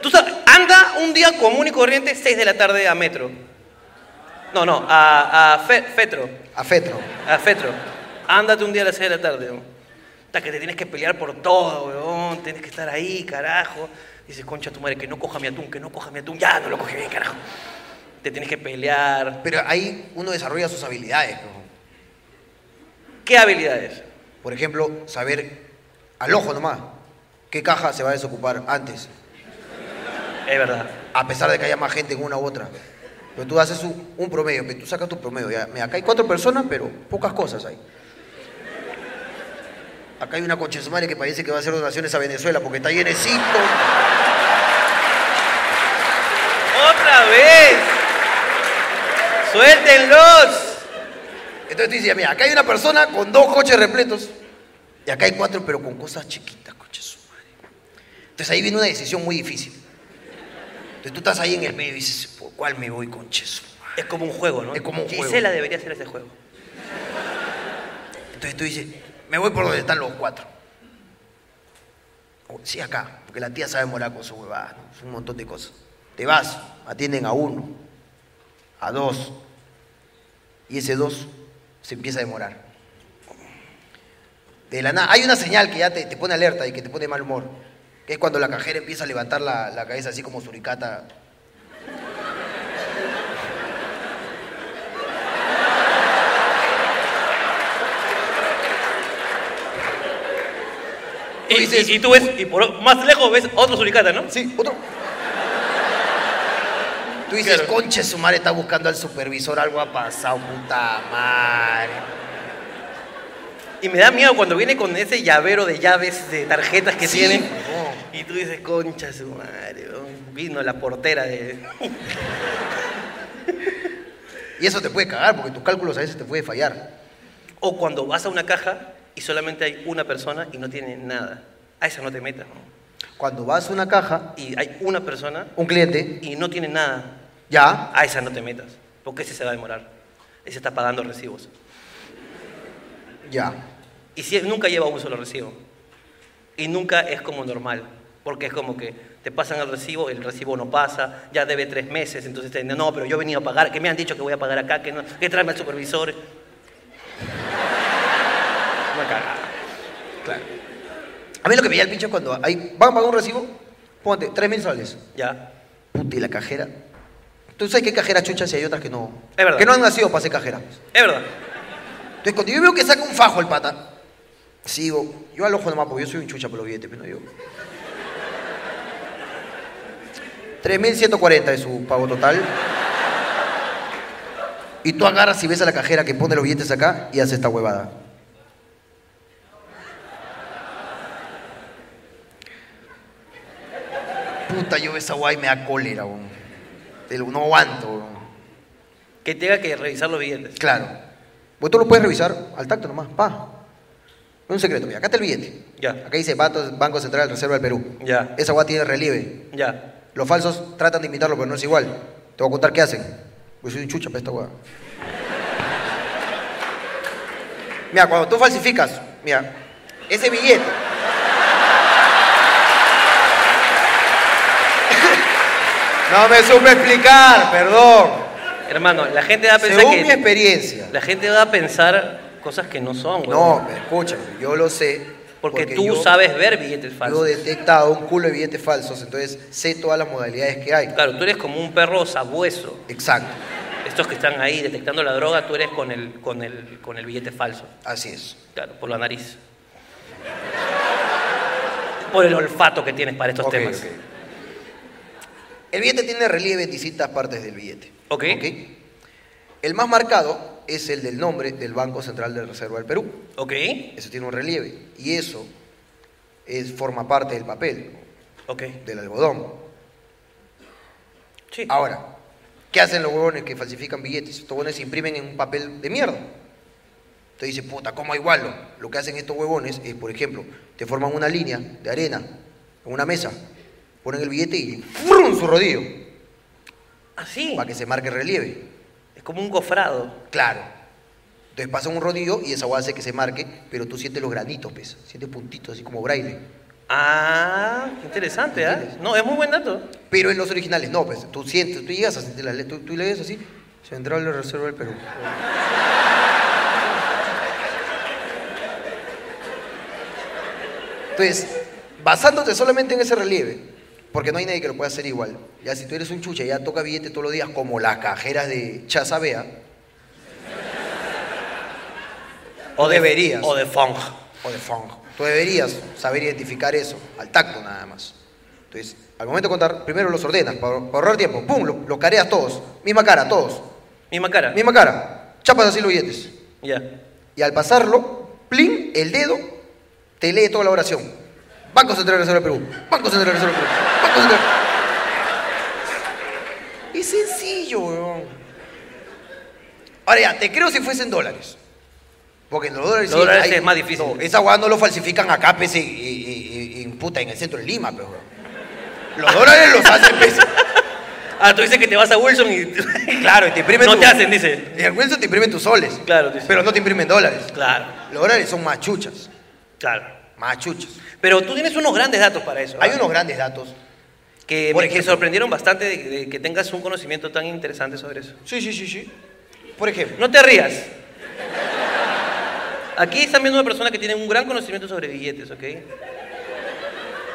Tú sabes, anda un día común y corriente, 6 de la tarde a metro. No, no, a, a Fe- Fetro.
A Fetro.
A Ah, Fetro, ándate un día a las 6 de la tarde. weón. Puta, que te tienes que pelear por todo, weón. Tienes que estar ahí, carajo. Dices, concha tu madre, que no coja mi atún, que no coja mi atún. Ya, no lo cogí bien, carajo. Te tienes que pelear.
Pero ahí uno desarrolla sus habilidades, huevón.
¿Qué habilidades?
Por ejemplo, saber al ojo nomás qué caja se va a desocupar antes.
Es verdad.
a pesar de que haya más gente en una u otra. Pero tú haces un, un promedio, que tú sacas tu promedio. ya. Mira, acá hay cuatro personas, pero pocas cosas hay. Acá hay una concha de su madre que parece que va a hacer donaciones a Venezuela porque está llenecito.
¡Otra vez! ¡Suéltenlos!
Entonces tú dices, mira, acá hay una persona con dos coches repletos. Y acá hay cuatro, pero con cosas chiquitas, concha de su madre. Entonces ahí viene una decisión muy difícil. Entonces tú estás ahí en el medio y dices, ¿por cuál me voy, concha de su madre?
Es como un juego, ¿no?
Es como un juego.
Gisela debería hacer ese juego.
Entonces tú dices, me voy por donde están los cuatro. O, sí, acá, porque la tía sabe morar con su huevada, ¿no? Es un montón de cosas. Te vas, atienden a uno, a dos, y ese dos se empieza a demorar. De la nada, hay una señal que ya te, te pone alerta y que te pone mal humor, que es cuando la cajera empieza a levantar la, la cabeza así como suricata.
Y,
Tú dices-
y- y tú ves, y por más lejos ves otro suricata, ¿no?
Sí, otro. Tú dices, conche, su madre está buscando al supervisor, algo ha pasado, puta madre.
Y me da miedo cuando viene con ese llavero de llaves, de tarjetas que
Sí,
tienen.
no.
Y tú dices, concha su madre, weón, vino la portera de...
Y eso te puede cagar, porque tus cálculos a veces te puede fallar.
O cuando vas a una caja y solamente hay una persona y no tiene nada. A esa no te metas. ¿no?
Cuando vas a una caja,
Y hay una persona
un cliente,
y no tiene nada.
ya,
A esa no te metas. Porque ese se va a demorar. Ese está pagando recibos.
ya.
Y si nunca lleva un solo recibo. Y nunca es como normal. Porque es como que te pasan el recibo, el recibo no pasa, ya debe tres meses, entonces te dicen, no, pero yo he venido a pagar, que me han dicho que voy a pagar acá, que, no, que tráeme al supervisor. Una cagada.
A mí lo que me da el pincho es cuando hay, van a pagar un recibo, ponte, tres mil soles.
Ya.
Puta, y la cajera. Tú sabes que hay cajeras chuchas y hay otras que no.
Es verdad.
Que no han nacido para ser cajeras.
Es verdad.
Entonces, cuando yo veo que saca un fajo el pata, sigo. Yo al ojo nomás, porque yo soy un chucha por los billetes, pero no yo. 3.140 es su pago total. Y tú agarras y ves a la cajera que pone los billetes acá y hace esta huevada. Puta, yo esa guay me da cólera, weón. Te lo- No aguanto, weón.
Que tenga que revisar los billetes.
Claro. Vos tú lo puedes revisar al tacto nomás, pa. No es un secreto, mira, acá está el billete.
Ya.
Acá dice Banco, Banco Central Reserva del Perú.
Ya.
Esa guá tiene relieve.
Ya.
Los falsos tratan de imitarlo, pero no es igual. Te voy a contar qué hacen. Pues soy un chucha para esta guá. Mira, cuando tú falsificas, mira, ese billete. no me supe explicar, perdón.
Hermano, la gente va a pensar
Según mi
Ah, que.
experiencia.
La gente va a pensar cosas que no son, güey.
No, me escucha, yo lo sé.
Porque, tú
yo-
sabes ver billetes
Yo
falsos.
he detectado un culo de billetes falsos, entonces sé todas las modalidades que hay.
Claro, tú eres como un perro sabueso.
Exacto,
Estos que están ahí detectando la droga, tú eres con el, con el, con el billete falso.
así es.
Claro, por la nariz. Por el olfato que tienes para estos
Ok,
temas.
ok. El billete tiene relieve en distintas partes del billete.
Ok.
El más marcado es el del nombre del Banco Central de Reserva del Perú.
Ok,
Eso tiene un relieve y eso es, forma parte del papel,
ok.
del algodón.
Sí.
Ahora, ¿qué hacen los huevones que falsifican billetes? Estos huevones se imprimen en un papel de mierda. Entonces dice, puta, ¿cómo igualo? Lo que hacen estos huevones es, por ejemplo, te forman una línea de arena en una mesa, ponen el billete y ¡frum! su rodillo,
Así.
para que se marque el relieve.
Es como un gofrado.
Claro. Entonces pasan un rodillo y esa hueá hace que se marque, pero tú sientes los granitos, pues, sientes puntitos, así como braille.
Ah, qué interesante, ¿ah?
¿Entiendes?
No, es muy buen dato.
Pero en los originales no, pues, tú sientes, tú llegas a sentir las letras, tú, tú lees así, Central de Reserva del Perú. Entonces, basándote solamente en ese relieve, porque no hay nadie que lo pueda hacer igual, ya si tú eres un chucha y ya toca billete todos los días como las cajeras de Chazabea,
O
deberías.
O de funk.
o de Fong. Tú deberías saber identificar eso, al tacto nada más. Entonces, al momento de contar, primero los ordenas, para, para ahorrar tiempo, ¡pum! lo- Los careas todos, misma cara, todos,
Misma cara.
misma cara, chapas así los billetes.
Ya.
Y al pasarlo, plin, el dedo te lee toda la oración. Banco Central de Reserva del Perú, Banco Central de Reserva del Perú, Banco Central. Es sencillo, weón. Ahora ya, te creo si fuesen dólares. Porque en los dólares,
Los dólares es más difícil.
No, esa guada no lo falsifican acá, pues, y, y- y- y- puta, en el centro de Lima, pero. Los dólares los hacen, pues.
Ah, tú dices que te vas a Wilson y.
Claro, y te imprimen.
No
tu-
te hacen, dice.
Y al Wilson te imprimen tus soles.
Claro, dice.
Pero no te imprimen dólares.
Claro,
Los dólares son machuchas.
claro.
Machuchas.
Pero tú tienes unos grandes datos para eso.
Hay
¿ah?
unos grandes datos.
que
por
me que
ejemplo.
sorprendieron bastante de, de que tengas un conocimiento tan interesante sobre eso.
Sí, sí, sí, sí. Por ejemplo,
No te rías. Aquí están viendo una persona que tiene un gran conocimiento sobre billetes, ¿ok?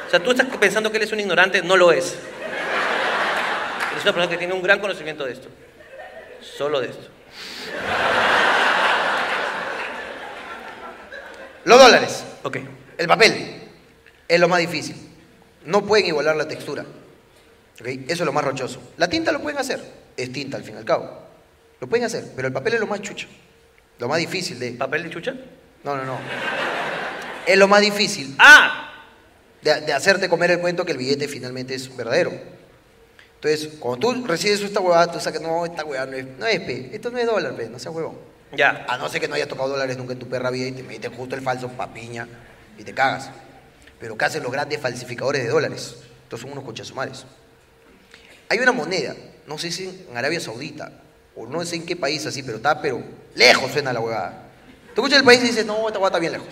O sea, tú estás pensando que él es un ignorante, no lo es. Él es una persona que tiene un gran conocimiento de esto. Solo de esto.
los dólares,
Ok.
el papel, es lo más difícil. No pueden igualar la textura. ¿Ok? Eso es lo más rochoso. La tinta lo pueden hacer. Es tinta, al fin y al cabo. Lo pueden hacer, pero el papel es lo más chucho. Lo más difícil de...
¿Papel de chucha?
No, no, no. Es lo más difícil
¡Ah!
de, de hacerte comer el cuento que el billete finalmente es verdadero. Entonces, cuando tú recibes esta huevada, tú sacas, no, esta huevada no es, no es, pe. esto no es dólar, pe, no seas huevón.
Ya.
A no ser que no hayas tocado dólares nunca en tu perra vida y te meten justo el falso papiña y te cagas. Pero ¿qué hacen los grandes falsificadores de dólares? Estos son unos conchasumares. Hay una moneda, no sé si en Arabia Saudita o no sé en qué país así, pero está, pero lejos suena la huevada. Tú escuchas el país y dices, no, esta huevada está bien lejos.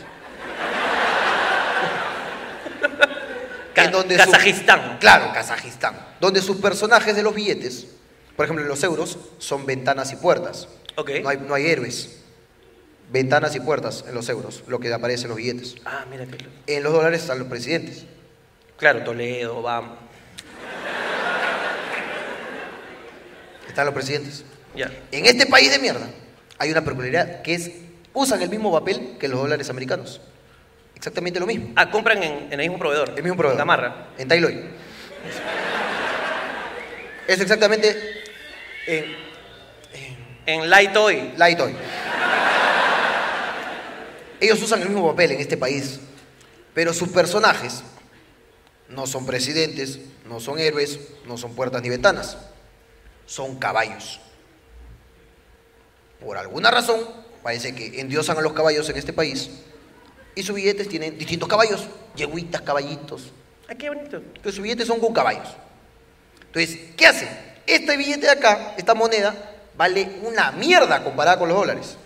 en donde su-
Kazajistán.
claro, Kazajistán. Donde sus personajes de los billetes, por ejemplo, los euros, son ventanas y puertas.
Ok.
No, hay, no hay héroes. Ventanas y puertas en los euros, lo que aparece en los billetes.
Ah, mira qué loco.
En los dólares están los presidentes.
Claro, Toledo, Obama.
Están los presidentes.
Ya.
En este país de mierda hay una peculiaridad que es usan el mismo papel que los dólares americanos. Exactamente lo mismo.
Ah, compran en, en el mismo proveedor.
El mismo proveedor.
En Gamarra.
En Tailoy. Es exactamente en
En Light Oil.
Lightoy. Ellos usan el mismo papel en este país, pero sus personajes no son presidentes, no son héroes, no son puertas ni ventanas, son caballos. Por alguna razón, parece que endiosan a los caballos en este país y sus billetes tienen distintos caballos, yegüitas, caballitos,
Ah, qué bonito.
entonces sus billetes son con caballos. Entonces, ¿qué hacen? Este billete de acá, esta moneda, vale una mierda comparada con los dólares.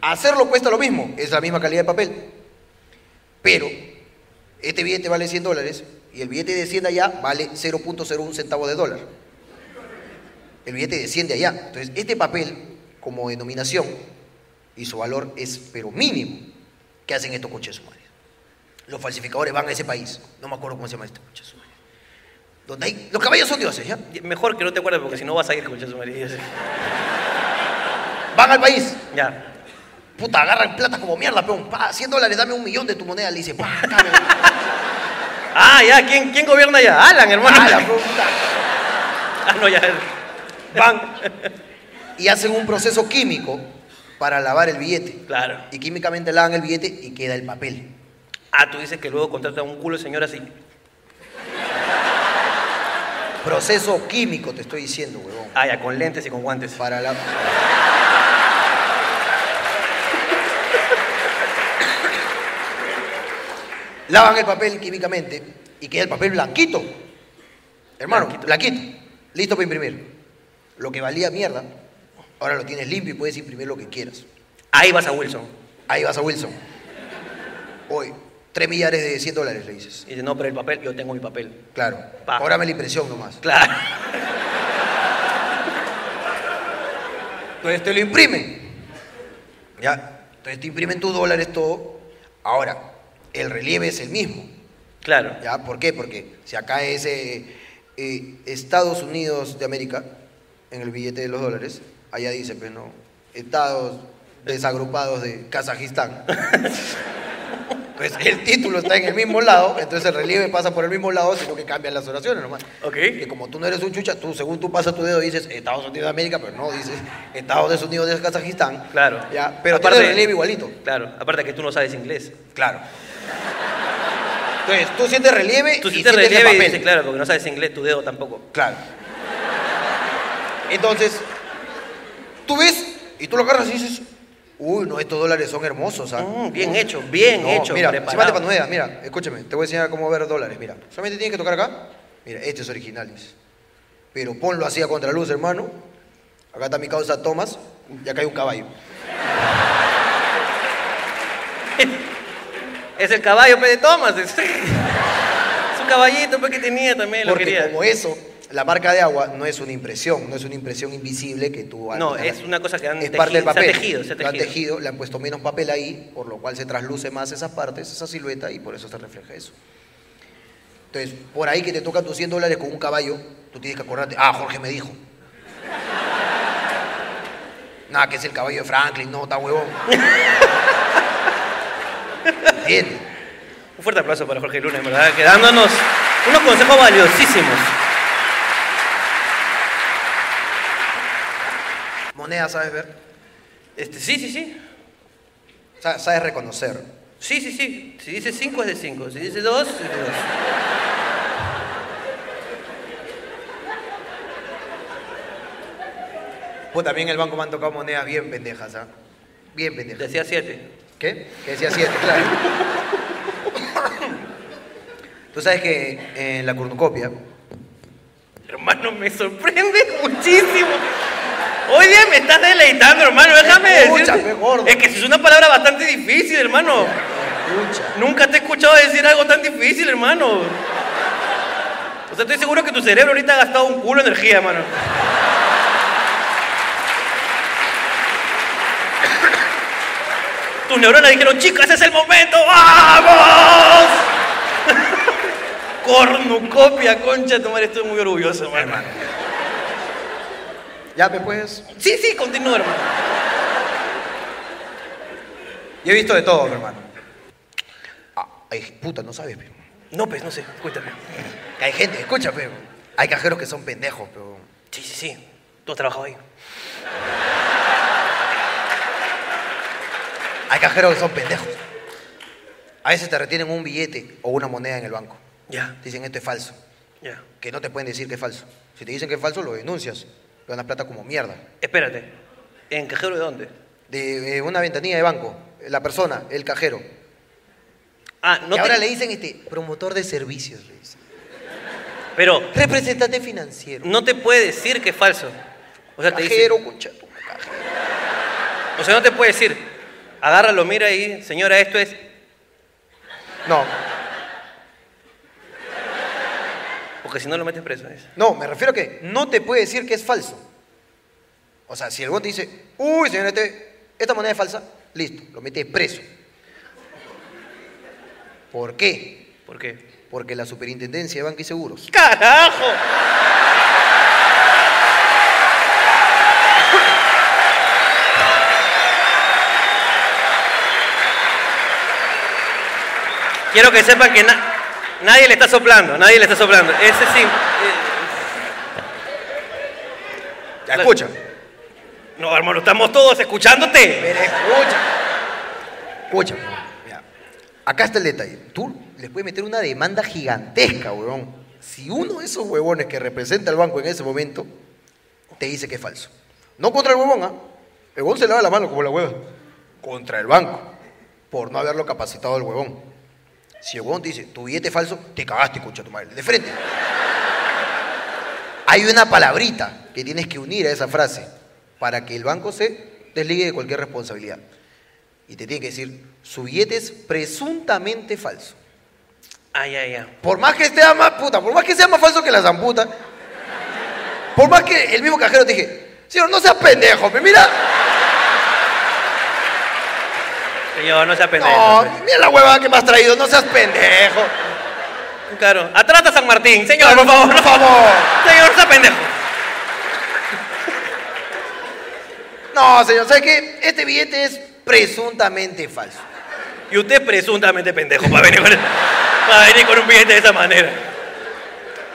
Hacerlo cuesta lo mismo, es la misma calidad de papel. Pero este billete vale 100 dólares y el billete de 100 de allá vale 0.01 centavo de dólar. El billete de 100 de allá. Entonces, este papel, como denominación y su valor es pero mínimo, ¿qué hacen estos coches humanos? Los falsificadores van a ese país. No me acuerdo cómo se llama este coche. su madre. Donde hay, los caballos son dioses, ¿ya?
Mejor que no te acuerdes porque si no vas a ir con Jesús María.
Van al país.
Ya.
Puta, agarran plata como mierda, peón. Pa, 100 dólares, dame un millón de tu moneda. Le dice, pa, acá, me-
Ah, ya. ¿Quién, quién gobierna allá? Alan, hermano.
a la puta.
Ah, no, ya.
Van y hacen un proceso químico para lavar el billete.
Claro.
Y químicamente lavan el billete y queda el papel.
Ah, tú dices que luego contrata a un culo de señor así.
Proceso químico, te estoy diciendo, huevón.
Ah, ya, con lentes y con guantes.
Para la... Lavan el papel químicamente y queda el papel blanquito. Hermano,
Blanquito.
blanquito. Listo para imprimir. Lo que valía mierda, ahora lo tienes limpio y puedes imprimir lo que quieras.
Ahí vas a Wilson.
Ahí vas a Wilson. Hoy, 3 millares de 100 dólares, le dices.
Y dice, no, pero el papel, yo tengo mi papel.
Claro.
Pa.
Ahora me la impresión nomás.
Claro.
Entonces te lo imprimen. Ya. Entonces te imprimen tus dólares todo. Ahora, el relieve es el mismo.
Claro.
¿Ya? ¿Por qué? Porque si acá es eh, eh, Estados Unidos de América, en el billete de los dólares, allá dice, pues no, Estados desagrupados de Kazajistán. Pues el título está en el mismo lado, entonces el relieve pasa por el mismo lado, sino que cambian las oraciones nomás.
Ok.
Que como tú no eres un chucha, tú según tú pasas tu dedo dices Estados Unidos de América, pero no, dices Estados Unidos de Kazajistán.
Claro.
Ya, pero
Aparte-
aparte el relieve igualito.
Claro. Aparte que tú no sabes inglés.
Claro. Entonces, tú sientes relieve
Tú
y
sí te
sientes el
relieve y
papel.
dices, claro, porque no sabes inglés, tu dedo tampoco.
Claro. Entonces, tú ves y tú lo agarras y dices, uy, no, estos dólares son hermosos, ¿ah?
Mm, bien hecho, bien
No,
hecho.
mira,
preparado.
encima te panuea, mira, escúchame, te voy a enseñar cómo ver dólares, mira. Solamente tienes que tocar acá. Mira, este es original, dice. Pero ponlo así a contraluz, hermano. Acá está mi causa Tomás y acá hay un caballo.
Es el caballo, pe de Thomas. Es es un caballito, pe que tenía también, lo
Porque
quería.
como eso, la marca de agua no es una impresión, no es una impresión invisible que tú...
No, es una cosa que han
es parte del
tejido- se ha
papel.
tejido, se ha
Lo han
tejido.
tejido, le han puesto menos papel ahí, por lo cual se trasluce más esas partes, esa silueta, y por eso se refleja eso. Entonces, por ahí que te tocan tus 100 dólares con un caballo, tú tienes que acordarte, ah, Jorge me dijo. Nada, que es el caballo de Franklin, no, está huevón. ¿Entiendes?
Un fuerte aplauso para Jorge Luna, en verdad, que dándonos unos consejos valiosísimos.
Moneda, ¿sabes ver?
Este, sí, sí, sí.
Sa- Sabes reconocer.
Sí, sí, sí. Si dice 5 es de 5. Si dice 2, es de 2.
Pues también en el banco me han tocado monedas bien pendejas, ¿ah? Bien pendejas.
Decía 7.
¿Qué? Que decía siete, claro. Tú sabes que en la cornucopia,
Hermano, me sorprende muchísimo. Hoy día me estás deleitando, hermano. Déjame
Escucha,
decirte.
pe, gordo.
Es que es una palabra bastante difícil, hermano.
Pucha.
Nunca te he escuchado decir algo tan difícil, hermano. O sea, estoy seguro que tu cerebro ahorita ha gastado un culo de energía, hermano. Tus neuronas dijeron, chicas, es el momento, ¡vamos! Cornucopia, concha, de tu madre, estoy muy orgulloso, hermano.
Ya, pues, pues.
Sí, sí, continúa, hermano.
Yo he visto de todo, mi hermano. Ah, ay, puta, no sabes, pero.
No, pues, no sé, cuéntame.
Hay gente, escucha, pero. Hay cajeros que son pendejos, pero.
Sí, sí, sí, tú has trabajado ahí.
Hay cajeros que son pendejos. A veces te retienen un billete o una moneda en el banco.
Ya,
Dicen esto es falso.
ya.
Que no te pueden decir que es falso. Si te dicen que es falso, lo denuncias. Te ganas plata como mierda.
Espérate, ¿en cajero de dónde?
De eh, una ventanilla de banco, la persona, el cajero.
Ah, no
y
te...
ahora le dicen este, promotor de servicios, le dicen.
Pero
Representante financiero.
no te puede decir que es falso. O sea, te dice-
Cajero, concha. tu madre.
O sea, no te puede decir. Agárralo, mira ahí, señora, esto es.
No,
Porque si no lo metes preso. es.
no, me refiero a que no te puede decir que es falso. O sea, si el bot te dice, uy, señor, este, esta moneda es falsa, listo, lo metes preso. ¿Por qué?
¿Por qué?
Porque la superintendencia de Banca y Seguros
¡Carajo! Quiero que sepan que na- nadie le está soplando, nadie le está soplando. Ese sí. eh,
Ya,
La-
escucha.
no, hermano, estamos todos escuchándote.
Pero escucha. Escucha. mira. Acá está el detalle. Tú les puedes meter una demanda gigantesca, huevón. Si uno de esos huevones que representa al banco en ese momento te dice que es falso. No contra el huevón, ¿ah? El huevón se lava la mano como la hueva. Contra el banco. Por no haberlo capacitado al huevón. Si el huevón te dice, tu billete es falso, te cagaste, escucha tu madre. De frente. Hay una palabrita que tienes que unir a esa frase para que el banco se desligue de cualquier responsabilidad. Y te tiene que decir, su billete es presuntamente falso.
Ay, ay, ay.
Por más que esté más puta, por más que sea más falso que la zamputa, por más que el mismo cajero te dije, señor, no seas pendejo, me mira,
Señor, no sea pendejo.
no,
pues.
mira la huevada que me has traído, no seas pendejo.
Claro. Atrás a San Martín. Señor, por favor,
por
no favor.
favor.
Señor, no sea pendejo.
No, señor, ¿sabes qué? Este billete es presuntamente falso.
Y usted es presuntamente pendejo para venir, con, para venir con un billete de esa manera.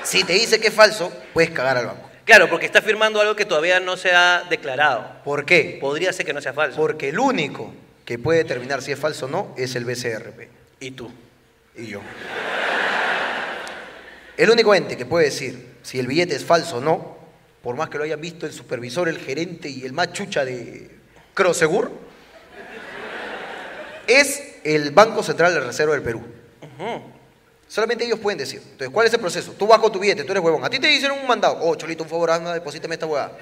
Si te dice que es falso, puedes cagar al banco.
Claro, porque está firmando algo que todavía no se ha declarado.
¿Por qué?
Podría ser que no sea falso.
Porque el único que puede determinar si es falso o no es el BCRP
¿Y tú?
y yo. El único ente que puede decir si el billete es falso o no, por más que lo hayan visto el supervisor, el gerente y el más chucha de Crosegur, es el Banco Central de Reserva del Perú. Solamente ellos pueden decir. Entonces, ¿cuál es el proceso? Tú vas con tu billete, tú eres huevón. A ti te hicieron un mandado. Oh, Cholito, un favor, anda, deposítame esta huevada.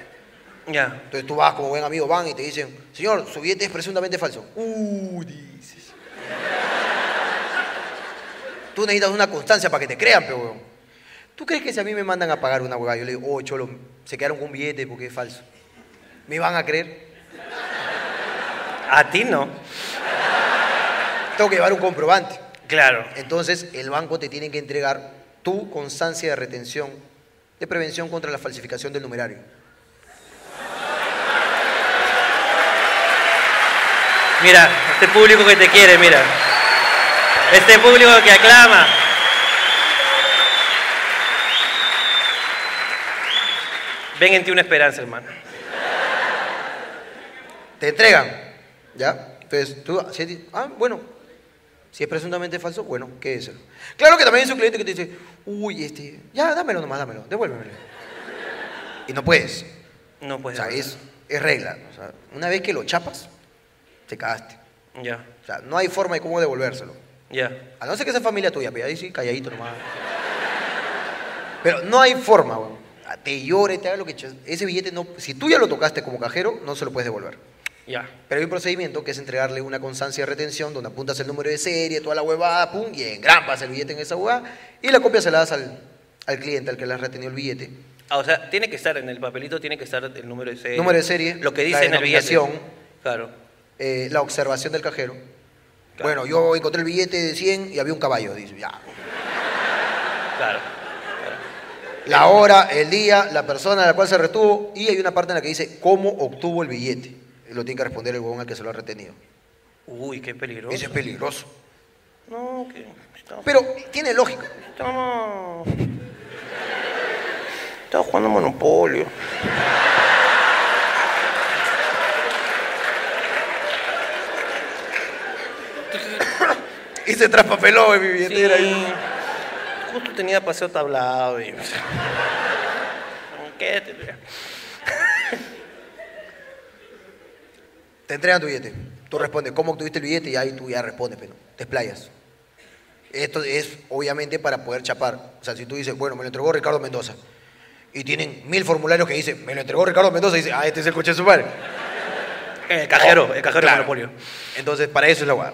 Ya.
Entonces tú vas como buen amigo, van y te dicen, señor, su billete es presuntamente falso. Uh, dices. Tú necesitas una constancia para que te crean, pero weón. ¿Tú crees que si a mí me mandan a pagar una huevada, yo le digo, oh, cholo, se quedaron con un billete porque es falso? ¿Me van a creer?
A ti no.
Tengo que llevar un comprobante.
Claro.
Entonces el banco te tiene que entregar tu constancia de retención de prevención contra la falsificación del numerario.
Mira, este público que te quiere, mira. Este público que aclama. Ven en ti una esperanza, hermano.
te entregan, ¿ya? Entonces tú, si es- ah, bueno, si es presuntamente falso, bueno, ¿qué es eso? Claro que también es un cliente que te dice, uy, este, ya, dámelo nomás, dámelo, devuélvemelo. Y no puedes,
No
o
puede
sea,
ser.
es, es regla. O sea, una vez que lo chapas, te cagaste.
Ya,
O sea, no hay forma de cómo devolvérselo.
ya.
A no ser que sea familia tuya, pero ahí sí, calladito nomás. Pero no hay forma, weón. Te llore, te haga lo que... ch- Ese billete, no, si tú ya lo tocaste como cajero, no se lo puedes devolver.
Ya.
Pero hay un procedimiento que es entregarle una constancia de retención donde apuntas el número de serie, toda la huevada, pum, y engrampas el billete en esa huevada y la copia se la das al, al cliente, al que le has retenido el billete.
Ah, o sea, tiene que estar en el papelito, tiene que estar el número de serie.
Número de serie,
Lo que
la
dice en el billete.
denominación.
Claro.
Eh, la observación del cajero.
Claro.
Bueno, yo encontré el billete de 100 y había un caballo, dice, ya.
Claro.
La hora, el día, la persona a la cual se retuvo y hay una parte en la que dice cómo obtuvo el billete. Y Lo tiene que responder el huevón al que se lo ha retenido.
Uy, qué peligroso.
Eso es peligroso.
No, que estamos,
Pero tiene lógica.
estamos... Estaba jugando Monopolio.
Y se traspapeló en mi billetera.
Sí. Justo tenía paseo tablado y... ¿Qué Eh, te-
Te entregan tu billete. Tú respondes, ¿cómo obtuviste el billete? Y ahí tú ya respondes, pero te explayas. Esto es obviamente para poder chapar. O sea, si tú dices, bueno, me lo entregó Ricardo Mendoza. Y tienen mil formularios que dicen, me lo entregó Ricardo Mendoza. Y dice, ah, este es el coche de su padre.
El cajero, el cajero de
Claro.
Monopolio.
Entonces, para eso es la guarda.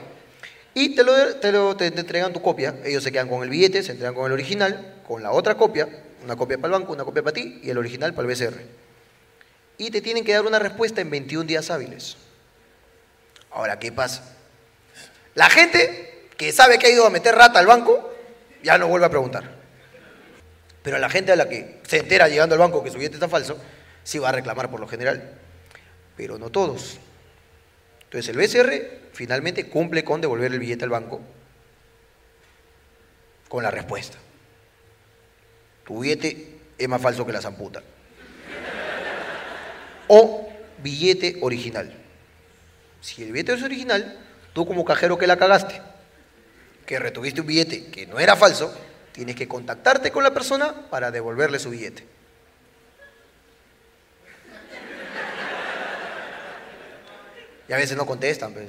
Y te lo, te lo- te- te entregan tu copia. Ellos se quedan con el billete, se entregan con el original, con la otra copia, una copia para el banco, una copia para ti y el original para el BCR. Y te tienen que dar una respuesta en 21 días hábiles. Ahora, ¿qué pasa? La gente que sabe que ha ido a meter rata al banco ya no vuelve a preguntar. Pero la gente a la que se entera llegando al banco que su billete está falso, sí va a reclamar por lo general. Pero no todos. Entonces el BCR finalmente cumple con devolver el billete al banco con la respuesta. Tu billete es más falso que la zamputa. O billete original. Si el billete es original, tú como cajero que la cagaste, que retuviste un billete que no era falso, tienes que contactarte con la persona para devolverle su billete. Y a veces no contestan, pues.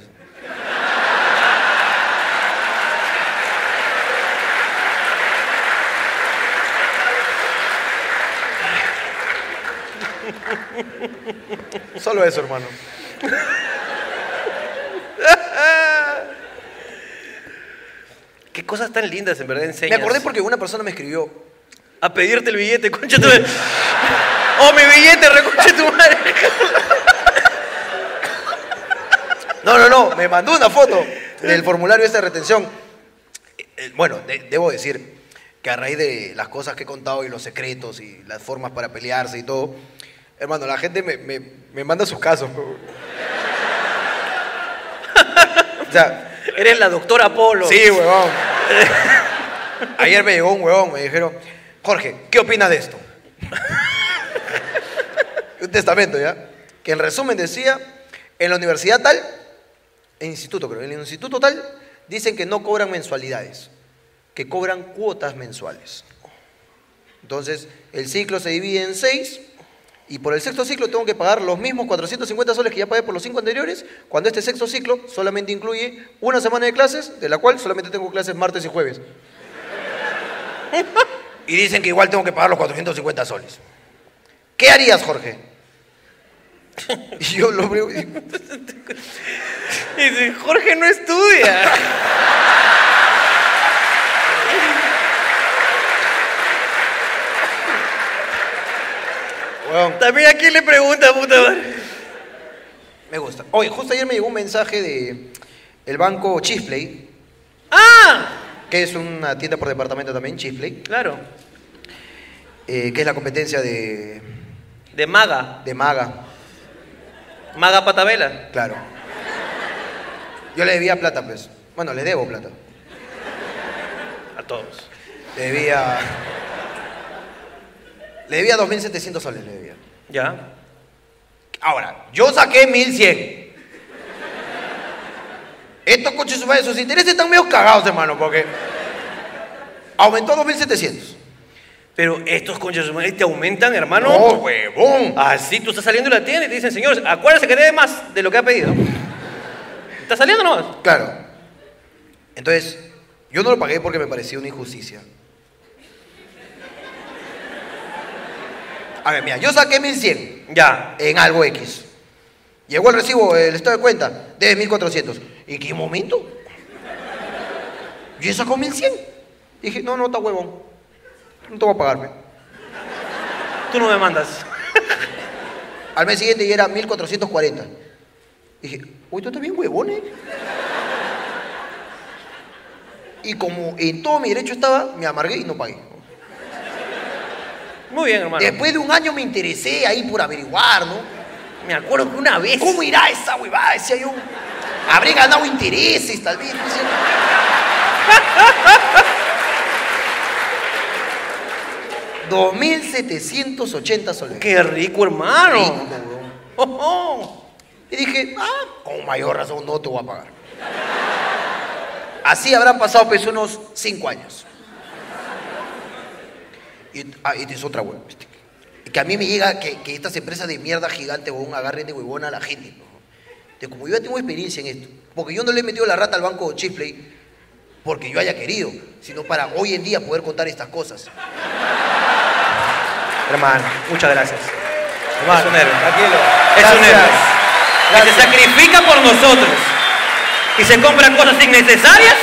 Solo eso, hermano.
Qué cosas tan lindas en verdad
Me
enseñas.
acordé porque una persona me escribió.
A pedirte el billete, concha tu madre. ¡Oh, mi billete, reconcha tu madre!
No, no, no, me mandó una foto del formulario de esta retención. Eh, eh, Bueno, de- debo decir que a raíz de las cosas que he contado y los secretos y las formas para pelearse y todo, hermano, la gente me, me- me manda sus casos. O sea,
Eres la doctora Polo.
Sí, huevón. Ayer me llegó un huevón, me dijeron, Jorge, ¿qué opinas de esto? un testamento, ¿ya? Que en resumen decía, en la universidad tal, en instituto creo, en el instituto tal, dicen que no cobran mensualidades, que cobran cuotas mensuales. Entonces, el ciclo se divide en seis, y por el sexto ciclo tengo que pagar los mismos 450 soles que ya pagué por los cinco anteriores, cuando este sexto ciclo solamente incluye una semana de clases, de la cual solamente tengo clases martes y jueves. y dicen que igual tengo que pagar los 450 soles. ¿Qué harías, Jorge? Y yo lo veo y-
Y dice, Jorge no estudia.
Weón,
También aquí le pregunta, puta madre.
me gusta. Oye, justo ayer me llegó un mensaje de el banco Chisplay,
¡Ah!
que es una tienda por departamento también, Chisplay,
Claro.
eh, que es la competencia de,
De maga.
de Maga.
Maga Patabela.
Claro. Yo le debía plata, pues. Bueno, le debo plata.
A todos.
Le debía. Le debía 2.700 soles, le debía.
¿Ya?
Ahora, yo saqué 1.100. Estos coches su madre, sus intereses están medio cagados, hermano, porque. Aumentó 2.700.
Pero estos conchas de su madre te aumentan, hermano.
No, huevón.
Así tú estás saliendo de la tienda y te dicen, señor, acuérdese que debe más de lo que ha pedido. ¿Estás saliendo nomás?
Claro. Entonces, yo no lo pagué porque me parecía una injusticia. A ver, mira, yo saqué 1.100.
Ya.
en algo X. Llegó el recibo, el estado de cuenta, debes 1400. ¿Y qué momento? Yo sacó 1100. Dije, no, no, está huevón. No te voy a pagarme.
Tú no me mandas.
Al mes siguiente ya era 1440. Dije, uy, tú estás bien huevón, ¿eh? Y como en todo mi derecho estaba, me amargué y no pagué.
Muy bien, hermano.
Después de un año me interesé ahí por averiguar, ¿no?
Me acuerdo que una vez.
¿Cómo irá esa huevada? Decía yo. Habré ganado intereses, tal vez. no sé. $2,780 soles.
¡Qué
Rico,
rico, hermano!
weón.
Oh, oh.
Y dije, ah, con mayor razón no te voy a pagar. Así habrán pasado pues unos cinco años. Y, ah, y es otra web. Que a mí me llega que, que estas empresas de mierda gigante, weón, agarren de huevona a la gente. ¿no? De como yo ya tengo experiencia en esto. Porque yo no le he metido la rata al banco Chifley porque yo haya querido, sino para hoy en día poder contar estas cosas.
Hermano, muchas gracias.
Es un héroe.
Tranquilo.
Es un
Gracias.
héroe. Que se
Gracias.
sacrifica por nosotros. Y se compra cosas innecesarias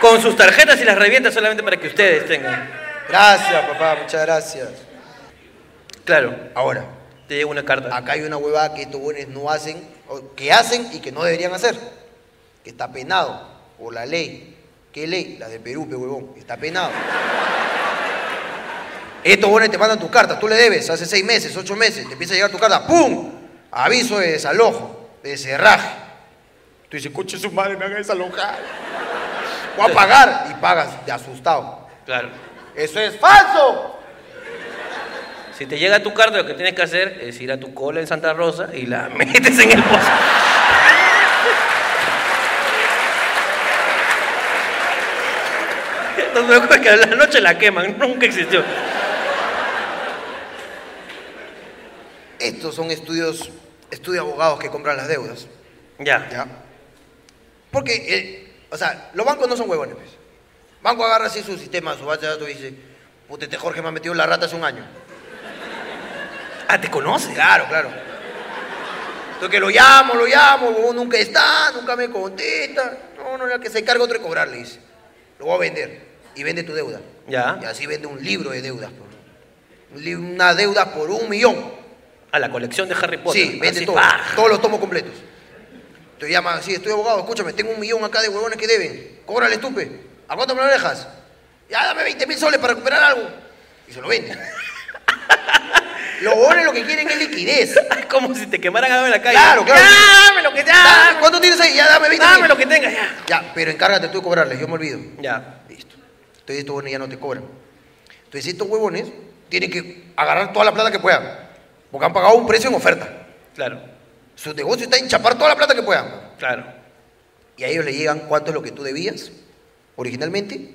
con sus tarjetas y las revienta solamente para que ustedes tengan.
Gracias, papá, muchas gracias.
Claro,
Ahora,
te llega una carta.
Ah.
Acá hay una huevada que estos buenos no hacen, o que hacen y que no deberían hacer, que está penado por la ley. ¿Qué ley? La de Perú, pe huevón, está penado. Estos buenos te mandan tus cartas, tú le debes hace seis meses, ocho meses, te empieza a llegar tu carta, ¡pum! Aviso de desalojo, de cerraje. Tú dices, coche su madre, me van a desalojar. Voy a pagar. Y pagas de asustado.
Claro.
¡Eso es falso!
Si te llega tu carta, lo que tienes que hacer es ir a tu cola en Santa Rosa y la metes en el pozo. No me acuerdo que a la noche la queman, nunca existió.
Estos son estudios, estudios de abogados que compran las deudas.
Ya.
¿Ya? Porque, eh, o sea, los bancos no son huevones, pues. Banco agarra así su sistema, su base de datos y dice, puta, este Jorge me ha metido la rata hace un año.
Ah, ¿te conoces?
Claro, claro. Entonces que lo llamo, lo llamo, el huevón nunca está, nunca me contesta. No, no, ya que se encarga otro de cobrarle, dice. Lo voy a vender. Y vende tu deuda.
Ya.
Y así vende un libro de deudas. pues. Un li- Una deuda por un millón.
A la colección de Harry Potter.
Sí, vende
Así,
todo.
pa.
Todos los tomos completos. Te llaman, sí, estoy abogado, escúchame, tengo un millón acá de huevones que deben. Cóbrale, estupe. ¿A cuánto me lo dejas? Ya dame 20 mil soles para recuperar algo. Y se lo venden. los huevones lo que quieren es liquidez.
Como si te quemaran algo en la calle.
Claro, claro.
Ya, Dame lo que
Dame,
ya.
¿Cuánto tienes ahí? Ya dame 20
Dame
mil.
lo que tengas ya.
Ya, pero encárgate tú de cobrarles, yo me olvido.
Ya.
Listo. Entonces estos huevones ya no te cobran. Entonces estos huevones tienen que agarrar toda la plata que puedan. Porque han pagado un precio en oferta.
Claro,
Su negocio está en chapar toda la plata que puedan.
claro.
Y a ellos le llegan cuánto es lo que tú debías originalmente,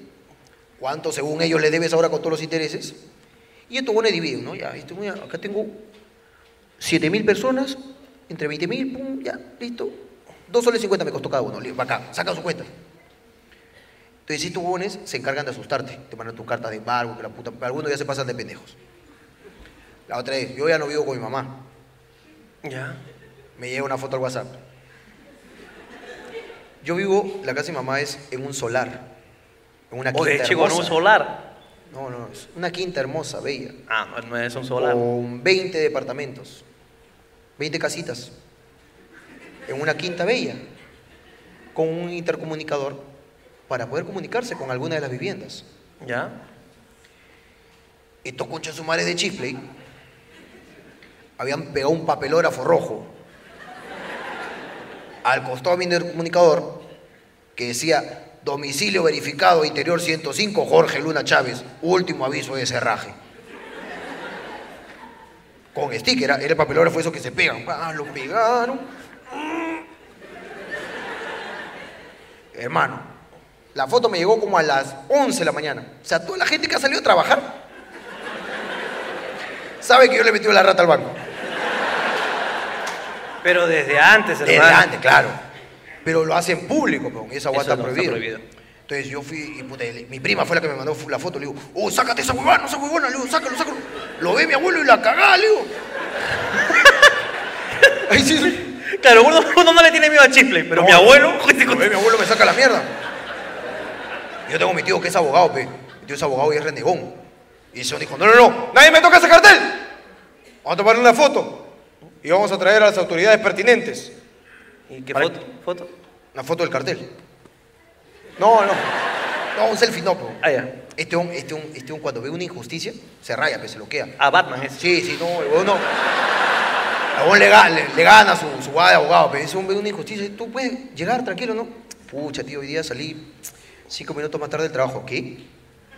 cuánto según ellos le debes ahora con todos los intereses. Y esto bueno dividen, ¿no? Ya, esto, mira, acá tengo 7 mil personas, entre 20 mil, pum, ya, listo. 2 soles 50 me costó cada uno, li- va acá, saca su cuenta. Entonces, estos huevones se encargan de asustarte, te mandan tus cartas de embargo, que la puta, algunos ya se pasan de pendejos. La otra es, yo ya no vivo con mi mamá,
Ya.
me llega una foto al WhatsApp. Yo vivo, la casa de mi mamá es en un solar. En una quinta
O Oh, de chico,
hermosa.
no un solar.
No, no, es una quinta hermosa, bella.
Ah, no es un solar.
Con 20 departamentos. 20 casitas. En una quinta bella. Con un intercomunicador para poder comunicarse con alguna de las viviendas.
Ya.
Estos conchas sumares de Chipley habían pegado un papelógrafo rojo al costado de mi intercomunicador que decía domicilio verificado interior 105 Jorge Luna Chávez, último aviso de cerraje. Con sticker, era era el papelógrafo eso que se pegan. Ah, lo pegaron. Hermano, la foto me llegó como a las 11 de la mañana. O sea, toda la gente que ha salido a trabajar sabe que yo le he metido la rata al banco.
Pero desde antes,
Desde
hermano.
antes, claro. Pero lo hacen público, peón, y esa guata
Eso
está,
no, está
prohibido.
prohibido.
Entonces yo fui, y puta, le- mi prima fue la que me mandó la foto, le digo, oh, sácate esa huevona, esa huevona, le digo, sácalo, sácalo. Lo ve mi abuelo y la cagá, le digo. Ahí sí.
Claro, uno, uno no le tiene miedo a Chipley, pero mi abuelo.
Oye, mi abuelo me saca la mierda. Yo tengo mi tío que es abogado, pe. Mi tío es abogado y es renegón. Y se dijo, no, no, no, nadie me toca ese cartel. Vamos a tomarle una foto. Y vamos a traer a las autoridades pertinentes.
¿Y qué
Para-
foto? ¿Foto?
Una foto del cartel. No, no. No, un selfie no, pe.
Ah, ya.
Este un, este un, este un cuando ve una injusticia, se raya, pe, se lo queda.
Ah, Batman es.
Sí, sí, no, el huevón no. El huevón le, ga- le- le gana su, su guada de abogado, pues. pero es un, una injusticia. Tú puedes llegar tranquilo, ¿no? Pucha, tío, hoy día salí cinco minutos más tarde del trabajo. ¿Qué?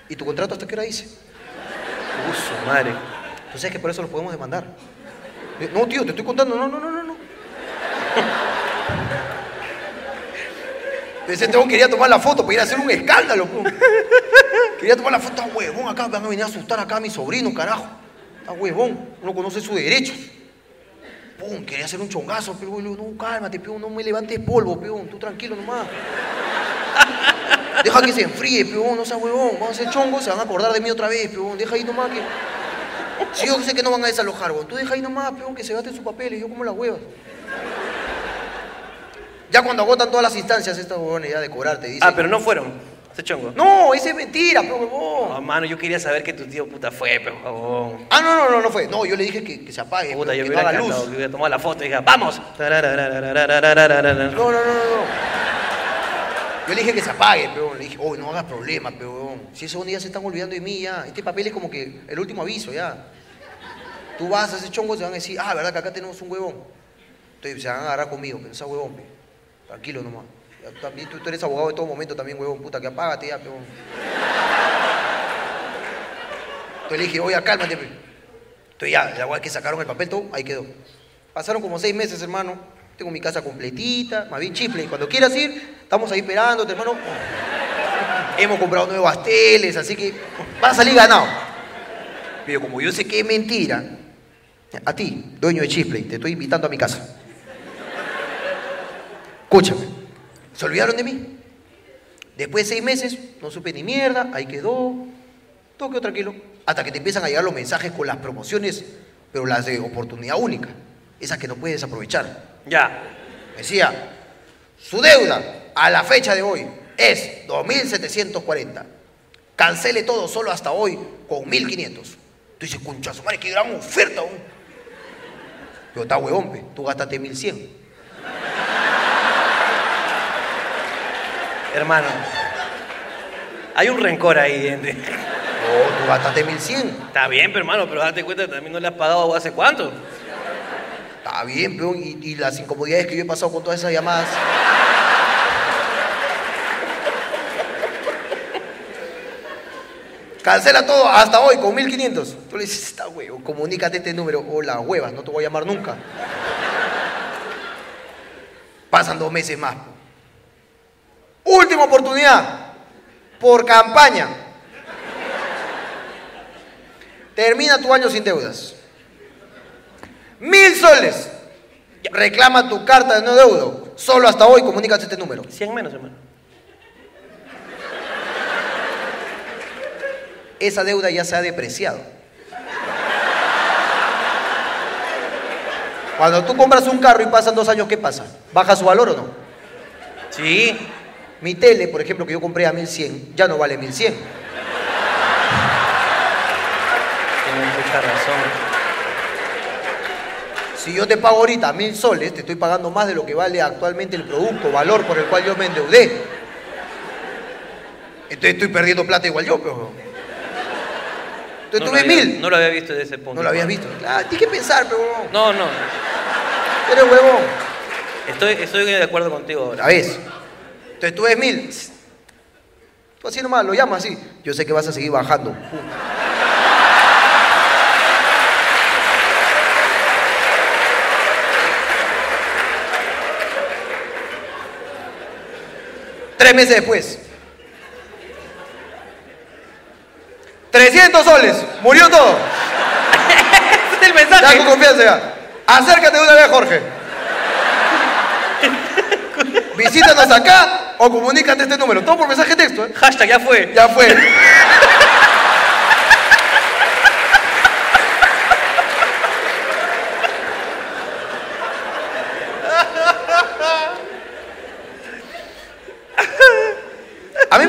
¿Y tu contrato hasta qué hora dice?
Uh, su madre.
Entonces Pues es que por eso los podemos demandar. Eh, No, tío, te estoy contando. No, no, no, no, no. Ese tengo quería tomar la foto para ir a hacer un escándalo. pues". po. Quería tomar la foto, "Ah, huevón, acá van a venir a asustar acá a mi sobrino, carajo. Está huevón, uno conoce sus derechos. Pum, quería hacer un chongazo, pero le digo, no, cálmate, peón, no me levantes polvo, peón, tú tranquilo nomás. Deja que se enfríe, peón, no seas huevón, vamos a hacer chongo, se van a acordar de mí otra vez, peón, deja ahí nomás que... Sí, yo sé que no van a desalojar, vos. Tú deja ahí nomás, peón, que se gasten sus papeles, yo como las huevas. Ya cuando agotan todas las instancias, esta huevones ya de cobrarte, dice.
Ah, pero no fueron. Ese chongo.
No, esa es mentira, peón, huevón.
Ah, mano, yo quería saber que tu tío puta fue, pero huevón.
Ah, no, no, no, no fue. No, yo le dije que, que se apague,
Puta,
peón,
yo
que
me
no
hubiera
haga
encantado,
luz.
que hubiera tomado la foto y dije, ¡vamos! Tararararararararararar.
No, no, no, no, no. Yo le dije que se apague, peón. Le dije, oh, no hagas problema, peón. Si esos días se están olvidando de mí, ya. Este papel es como que el último aviso, ya. Tú vas a ese chongo, se van a decir, ah, verdad que acá tenemos un huevón. Entonces se van a agarrar conmigo, pensá huevón, pe. Tranquilo nomás. Ya, tú también, tú, tú eres abogado de todo momento también, huevón, puta, que apágate ya, peón. Entonces le dije, oye, cálmate, pe. Entonces ya, la hueá que sacaron el papel, todo, ahí quedó. Pasaron como seis meses, hermano. Tengo mi casa completita, más bien chifle. Cuando quieras ir, estamos ahí esperándote, hermano. Hemos comprado nuevas teles, así que va a salir ganado. Pero como yo sé que es mentira, a ti, dueño de Chifley, te estoy invitando a mi casa. Escúchame, se olvidaron de mí. Después de seis meses, no supe ni mierda, ahí quedó, todo quedó tranquilo. Hasta que te empiezan a llegar los mensajes con las promociones, pero las de oportunidad única, esas que no puedes aprovechar.
Ya.
Decía, su deuda a la fecha de hoy es 2.740. Cancele todo solo hasta hoy con 1.500. Tú dices, concha su madre, qué gran oferta. weón". Pero está huevón, pe, tú gastaste 1.100.
Hermano. Hay un rencor ahí, gente.
No, tú gastaste 1.100.
Está bien, pero hermano, pero date cuenta que también no le has pagado hace cuánto.
Está bien, peón, y, y las incomodidades que yo he pasado con todas esas llamadas. Cancela todo hasta hoy con 1500. Tú le dices, está huevo, comunícate este número. Hola, huevas, no te voy a llamar nunca. Pasan dos meses más. Última oportunidad. Por campaña. Termina tu año sin deudas. Mil soles. Reclama tu carta de no deudo. Solo hasta hoy comunícate este número.
100 menos, hermano.
Esa deuda ya se ha depreciado. Cuando tú compras un carro y pasan dos años, ¿qué pasa? ¿Baja su valor o no?
Sí.
Mi tele, por ejemplo, que yo compré a 1100, ya no vale 1100.
Tienes mucha razón.
Si yo te pago ahorita 1000 soles, te estoy pagando más de lo que vale actualmente el producto, valor por el cual yo me endeudé. Entonces estoy perdiendo plata igual yo, pero. Entonces
No
tuve
lo había-
1000.
No lo había visto desde ese punto.
No lo habías visto. Claro, tienes que pensar, pero huevón.
No, no.
Tú Eres huevón.
Estoy, estoy de acuerdo contigo ahora.
Otra vez. Entonces tú ves mil. Tú así nomás lo llamas así. Yo sé que vas a seguir bajando. Pum. Tres meses después. 300 soles. Murió todo.
Ese es el
Ya con
mensaje.
confianza ya. Acércate de una vez, Jorge. Visítanos acá o comunícate este número. Todo por mensaje de texto, ¿eh?
Hashtag, ya fue.
Ya fue.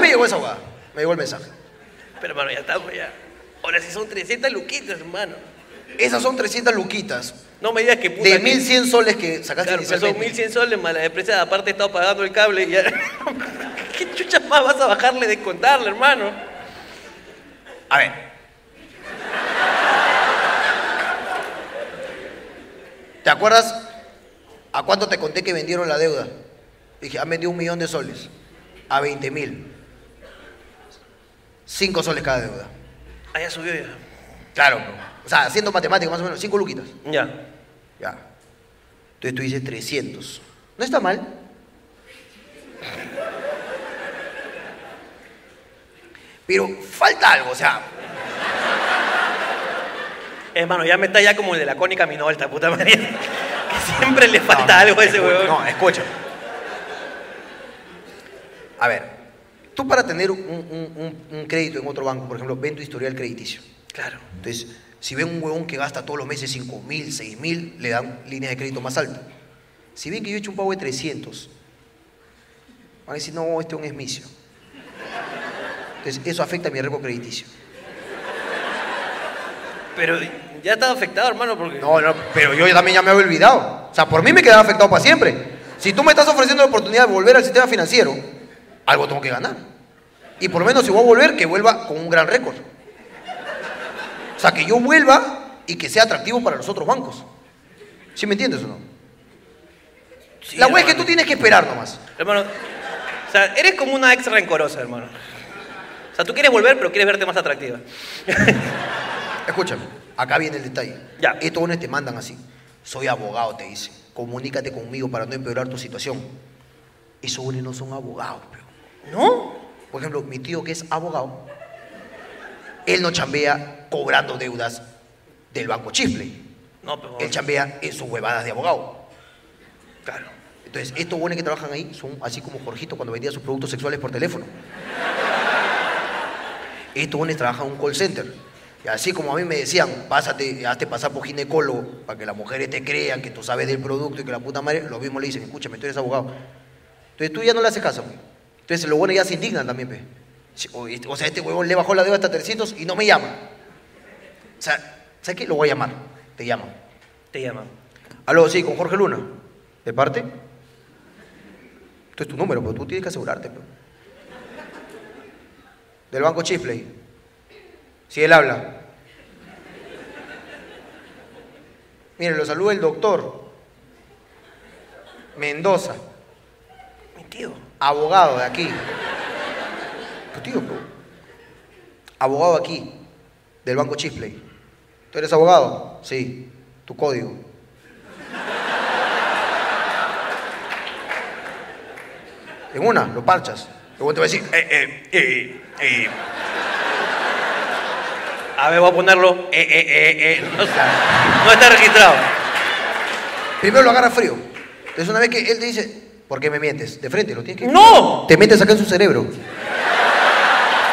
llegó esa hueá. Me llegó el mensaje.
Pero hermano, ya estamos ya. Ahora sí son 300 luquitas, hermano.
Esas son 300 luquitas.
No me digas que puta.
De
que-
1100 soles que sacaste
Claro, pero son
inicialmente.
1100 soles más las empresas. Aparte, he estado pagando el cable y ya. ¿Qué chucha más vas a bajarle de contarle, hermano?
A ver. ¿Te acuerdas a cuánto te conté que vendieron la deuda? Dije, han vendido un millón de soles. A 20 mil. Cinco soles cada deuda.
Ah, ya subió ya.
Claro. O sea, haciendo matemáticas más o menos, cinco luquitas.
Ya.
Ya. Entonces tú dices 300. No está mal. Pero falta algo, o sea,
Hermano, ya me está ya como el de la cónica minolta, puta madre. Que siempre le falta algo a ese
escucha,
huevón.
No, escucha. A ver, tú para tener un, un- un- un crédito en otro banco, por ejemplo, ven tu historial crediticio.
Claro.
Entonces, si ven un huevón que gasta todos los meses 5 mil, 6 mil, le dan líneas de crédito más altas. Si ven que yo he hecho un pago de 300, van a decir, no, este es un esmicio. Entonces, eso afecta a mi riesgo crediticio.
Pero ya estaba afectado, hermano, porque.
No, no, pero yo también ya me había olvidado. O sea, por mí me quedaba afectado para siempre. Si tú me estás ofreciendo la oportunidad de volver al sistema financiero, algo tengo que ganar. Y por lo menos si voy a volver, que vuelva con un gran récord. O sea, que yo vuelva y que sea atractivo para los otros bancos. ¿Sí me entiendes o no?
Sí,
la wea es que
hermano.
tú tienes que esperar nomás.
Hermano, o sea, eres como una ex rencorosa, hermano. O sea, tú quieres volver, pero quieres verte más atractiva.
Escúchame, acá viene el detalle.
Ya.
Estos no te mandan así. Soy abogado, te dicen. Comunícate conmigo para no empeorar tu situación. Esos unes no son abogados, pero.
¿No?
Por ejemplo, mi tío que es abogado, él no chambea cobrando deudas del banco Chifle.
No, pero.
Él chambea en sus huevadas de abogado.
Claro.
Entonces, estos buenos que trabajan ahí son así como Jorgito cuando vendía sus productos sexuales por teléfono. Estos buenos trabajan en un call center. Y así como a mí me decían, pásate, hazte pasar por ginecólogo para que las mujeres te crean que tú sabes del producto y que la puta madre, lo mismo le dicen, escúchame, tú eres abogado. Entonces tú ya no le haces caso. pe. Entonces los buenos ya se indignan también, pe. Si- O, este- o sea, este huevón le bajó la deuda hasta 300 y no me llama. O sea, ¿sabes qué? Lo voy a llamar. Te llaman.
Te llaman.
Aló, Ah, sí, con Jorge Luna. ¿De parte? Esto es tu número, pero tú tienes que asegurarte. pe. Del banco Chipley. Si él habla. Mire, lo saluda el doctor Mendoza,
Mi tío.
abogado de aquí. Tu tío, pe. Abogado aquí, del banco Chipley. ¿Tú eres abogado? Sí. Tu código. En una, lo parchas. Luego te va a decir, eh, eh, eh, eh.
A ver, voy a ponerlo. Eh, eh, eh, eh. No está, no está registrado.
Primero lo agarra frío. Entonces una vez que él te dice, ¿por qué me mientes? De frente, lo tienes que...
¡No!
Te metes acá en su cerebro.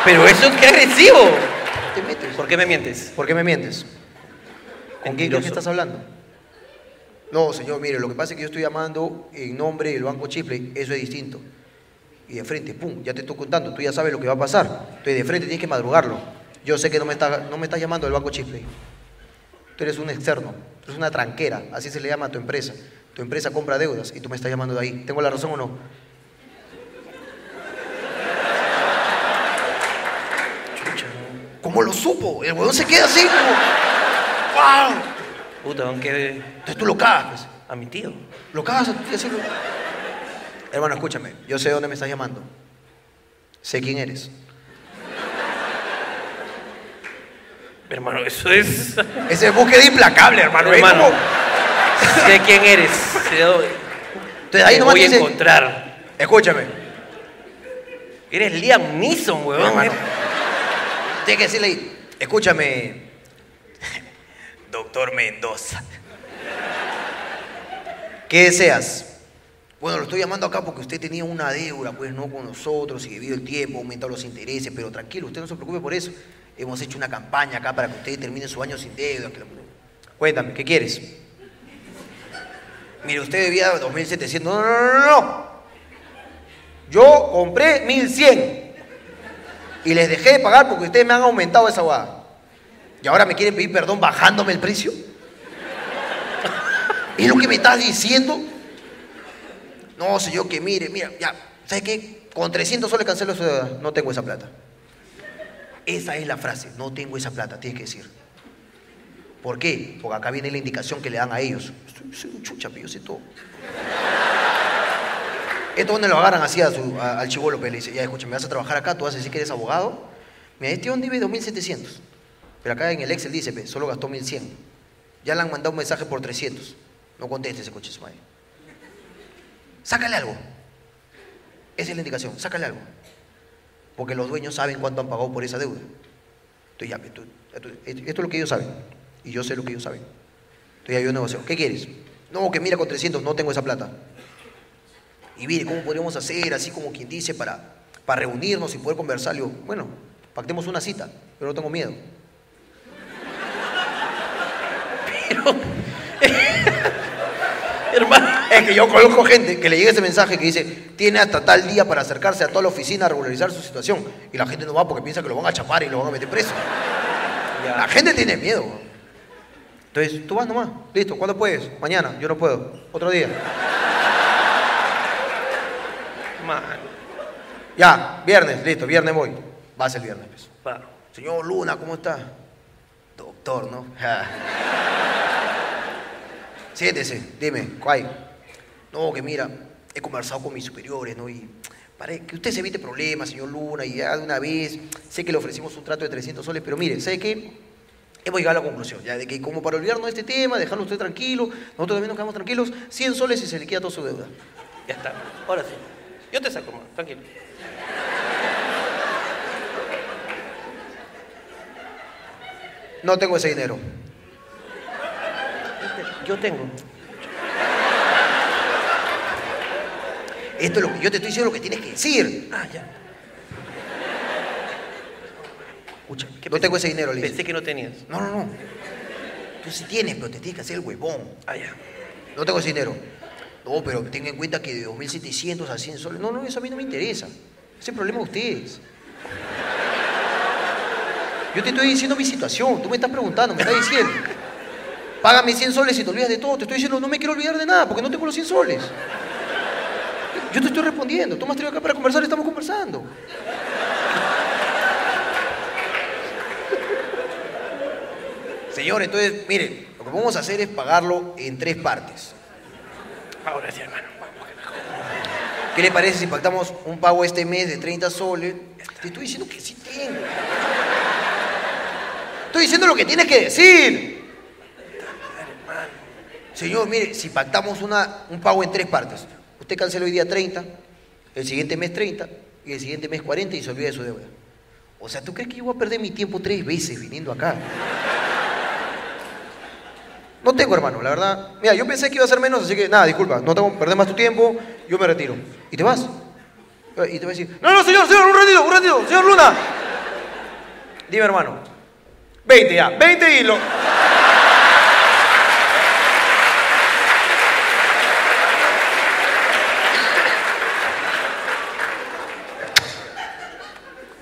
Pero eso qué agresivo.
Te metes.
¿Por qué me mientes?
¿Por qué me mientes? ¿Con quién crees
Mentiroso.
que estás hablando? No, señor, mire, lo que pasa es que yo estoy llamando en nombre del Banco Chipley, eso es distinto. Y de frente, pum, ya te estoy contando, tú ya sabes lo que va a pasar. Entonces de frente tienes que madrugarlo. Yo sé que no me estás no me estás llamando del Banco Chipley. Tú eres un externo, tú eres una tranquera, así se le llama a tu empresa. Tu empresa compra deudas y tú me estás llamando de ahí. ¿Tengo la razón o no? ¿Cómo lo supo? El huevón se queda así como... ¡Wow!
Puta, aunque.
Entonces tú lo cagas, pues.
A mi tío.
Lo cagas a tu tía, así lo- Hermano, escúchame. Yo sé dónde me estás llamando. Sé quién eres.
Hermano, eso es.
Ese es búsqueda implacable, hermano. Es
Hermano.
como-
sé quién eres. Sé dónde-
Entonces ahí
te
nomás
voy a
te dice,
encontrar.
Escúchame.
Eres Liam Neeson, huevón.
hermano.
eh.
Tienes que decirle ahí, Escúchame. Doctor Mendoza. ¿Qué deseas? Bueno, lo estoy llamando acá porque usted tenía una deuda, pues no con nosotros, y debido al tiempo ha aumentado los intereses, pero tranquilo, usted no se preocupe por eso. Hemos hecho una campaña acá para que usted termine su año sin deuda. que la- Cuéntame, ¿qué quieres? Mire, usted debía 2.700. No, no, no, no, no. Yo compré 1.100. Y les dejé de pagar porque ustedes me han aumentado esa guada. Y ahora me quieren pedir perdón bajándome el precio. ¿Es lo que me estás diciendo? No, señor, que mire, mira, ya, ¿sabes qué? Con 300 soles cancelo su deuda. No tengo esa plata. Esa es la frase, no tengo esa plata, tienes que decir. ¿Por qué? Porque acá viene la indicación que le dan a ellos. Soy, soy un chucha, pero yo sé todo. Esto donde lo agarran así a su- a- al chivolo, pero le dice, ya escúchame, vas a trabajar acá, tú vas a decir que eres abogado. Mira, este hombre debe 2.700. Pero acá en el Excel dice, pe, solo gastó 1.100. Ya le han mandado un mensaje por 300. No conteste ese coche, su madre. Sácale algo. Esa es la indicación, sácale algo. Porque los dueños saben cuánto han pagado por esa deuda. Entonces ya, pe, tú- tú- esto esto es lo que ellos saben. Y yo sé lo que ellos saben. Entonces ya yo negocio. ¿Qué quieres? No, que mira con 300, no tengo esa plata. Y mire, ¿cómo podríamos hacer, así como quien dice, para, para reunirnos y poder conversar? Le digo, bueno, pactemos una cita, pero no tengo miedo.
Hermano,
Es que yo conozco gente que le llega ese mensaje que dice, tiene hasta tal día para acercarse a toda la oficina a regularizar su situación. Y la gente no va porque piensa que lo van a chapar y lo van a meter preso. La gente tiene miedo. weón. Entonces, tú vas nomás. Listo, ¿cuándo puedes? Mañana, yo no puedo. Otro día.
mano,
Ya, viernes, listo, viernes voy. Vas el viernes. pues.
claro.
Señor Luna, ¿cómo está? Doctor, ¿no? Ja. Siéntese, dime, ¿cuál? No, que mira, he conversado con mis superiores, ¿no? Y para que usted se evite problemas, señor Luna, y ya de una vez, sé que le ofrecimos un trato de 300 soles, pero mire, ¿sabe qué? Hemos llegado a la conclusión, ya, de que como para olvidarnos de este tema, dejarlo usted tranquilo, nosotros también nos quedamos tranquilos, 100 soles y se liquida toda su deuda.
Ya está. Ahora sí. Yo te saco, mano. Tranquilo.
No tengo ese dinero.
Yo tengo.
Esto es lo que yo te estoy diciendo, lo que tienes que decir.
Ah, ya. Escucha, ¿qué
No tengo ese dinero, le dice.
Pensé que no tenías.
No, no, no. Tú sí tienes, pero te tienes que hacer el huevón.
Ah, ya.
No tengo ese dinero. No, pero tenga en cuenta que de 2.700 a 100 soles. No, no, eso a mí no me interesa. Ese problema de ustedes. Yo te estoy diciendo mi situación. Tú me estás preguntando, me estás diciendo. Págame 100 soles y te olvidas de todo. Te estoy diciendo, no me quiero olvidar de nada porque no tengo los 100 soles. Yo te estoy respondiendo. Tú me has traído acá para conversar, estamos conversando. Señor, entonces, miren, lo que vamos a hacer es pagarlo en tres partes.
Ahora sí, hermano.
¿Qué le parece si pactamos un pago este mes de 30 soles? Te estoy diciendo que sí tengo. Estoy diciendo lo que tienes que decir. Señor, mire, si pactamos una, un pago en tres partes, usted cancela hoy día 30, el siguiente mes 30 y el siguiente mes 40 y se olvida de su deuda. O sea, ¿tú crees que yo voy a perder mi tiempo tres veces viniendo acá? No tengo, hermano, la verdad. Mira, yo pensé que iba a ser menos, así que nada, disculpa, no tengo perder más tu tiempo, yo me retiro. ¿Y te vas? Eh, Y te va a decir, no, no, señor, señor, un ratito, un ratito, señor Luna. Dime, hermano. 20 ya, 20 y lo...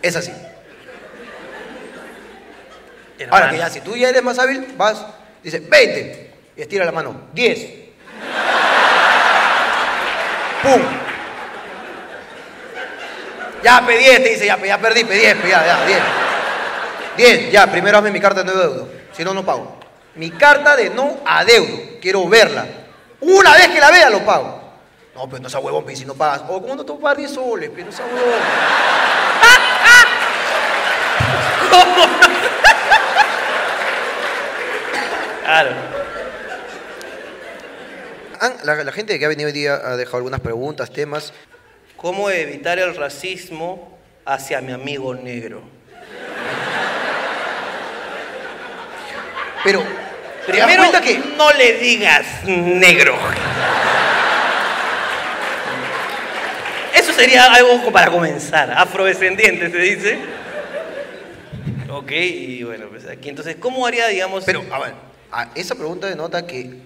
Es así. Ahora que ya, si tú ya eres más hábil, vas, dice 20, y estira la mano, 10. ¡Pum! Ya, pe 10, te dice, ya, pe, ya perdí, pe 10, pe, ya, ya, 10. 10, ya, primero hazme mi carta de no adeudo, si no, no pago. Mi carta de no adeudo, quiero verla. Una vez que la vea, lo pago. No, pues no sea huevón, pe, si no pagas. O, ¿cómo no te voy a pagar 10 soles? Pero no sea huevón.
Claro.
Han- Ah, La, la gente que ha venido hoy día ha dejado algunas preguntas, temas.
¿Cómo evitar el racismo hacia mi amigo negro?
Pero, ¿te das
Primero,
cuenta que
no le digas negro. Eso sería algo co- para comenzar. Afrodescendiente, se dice. Ok, y bueno, pues aquí. Entonces, ¿cómo haría, digamos...
Pero, a ver, a- esa pregunta denota que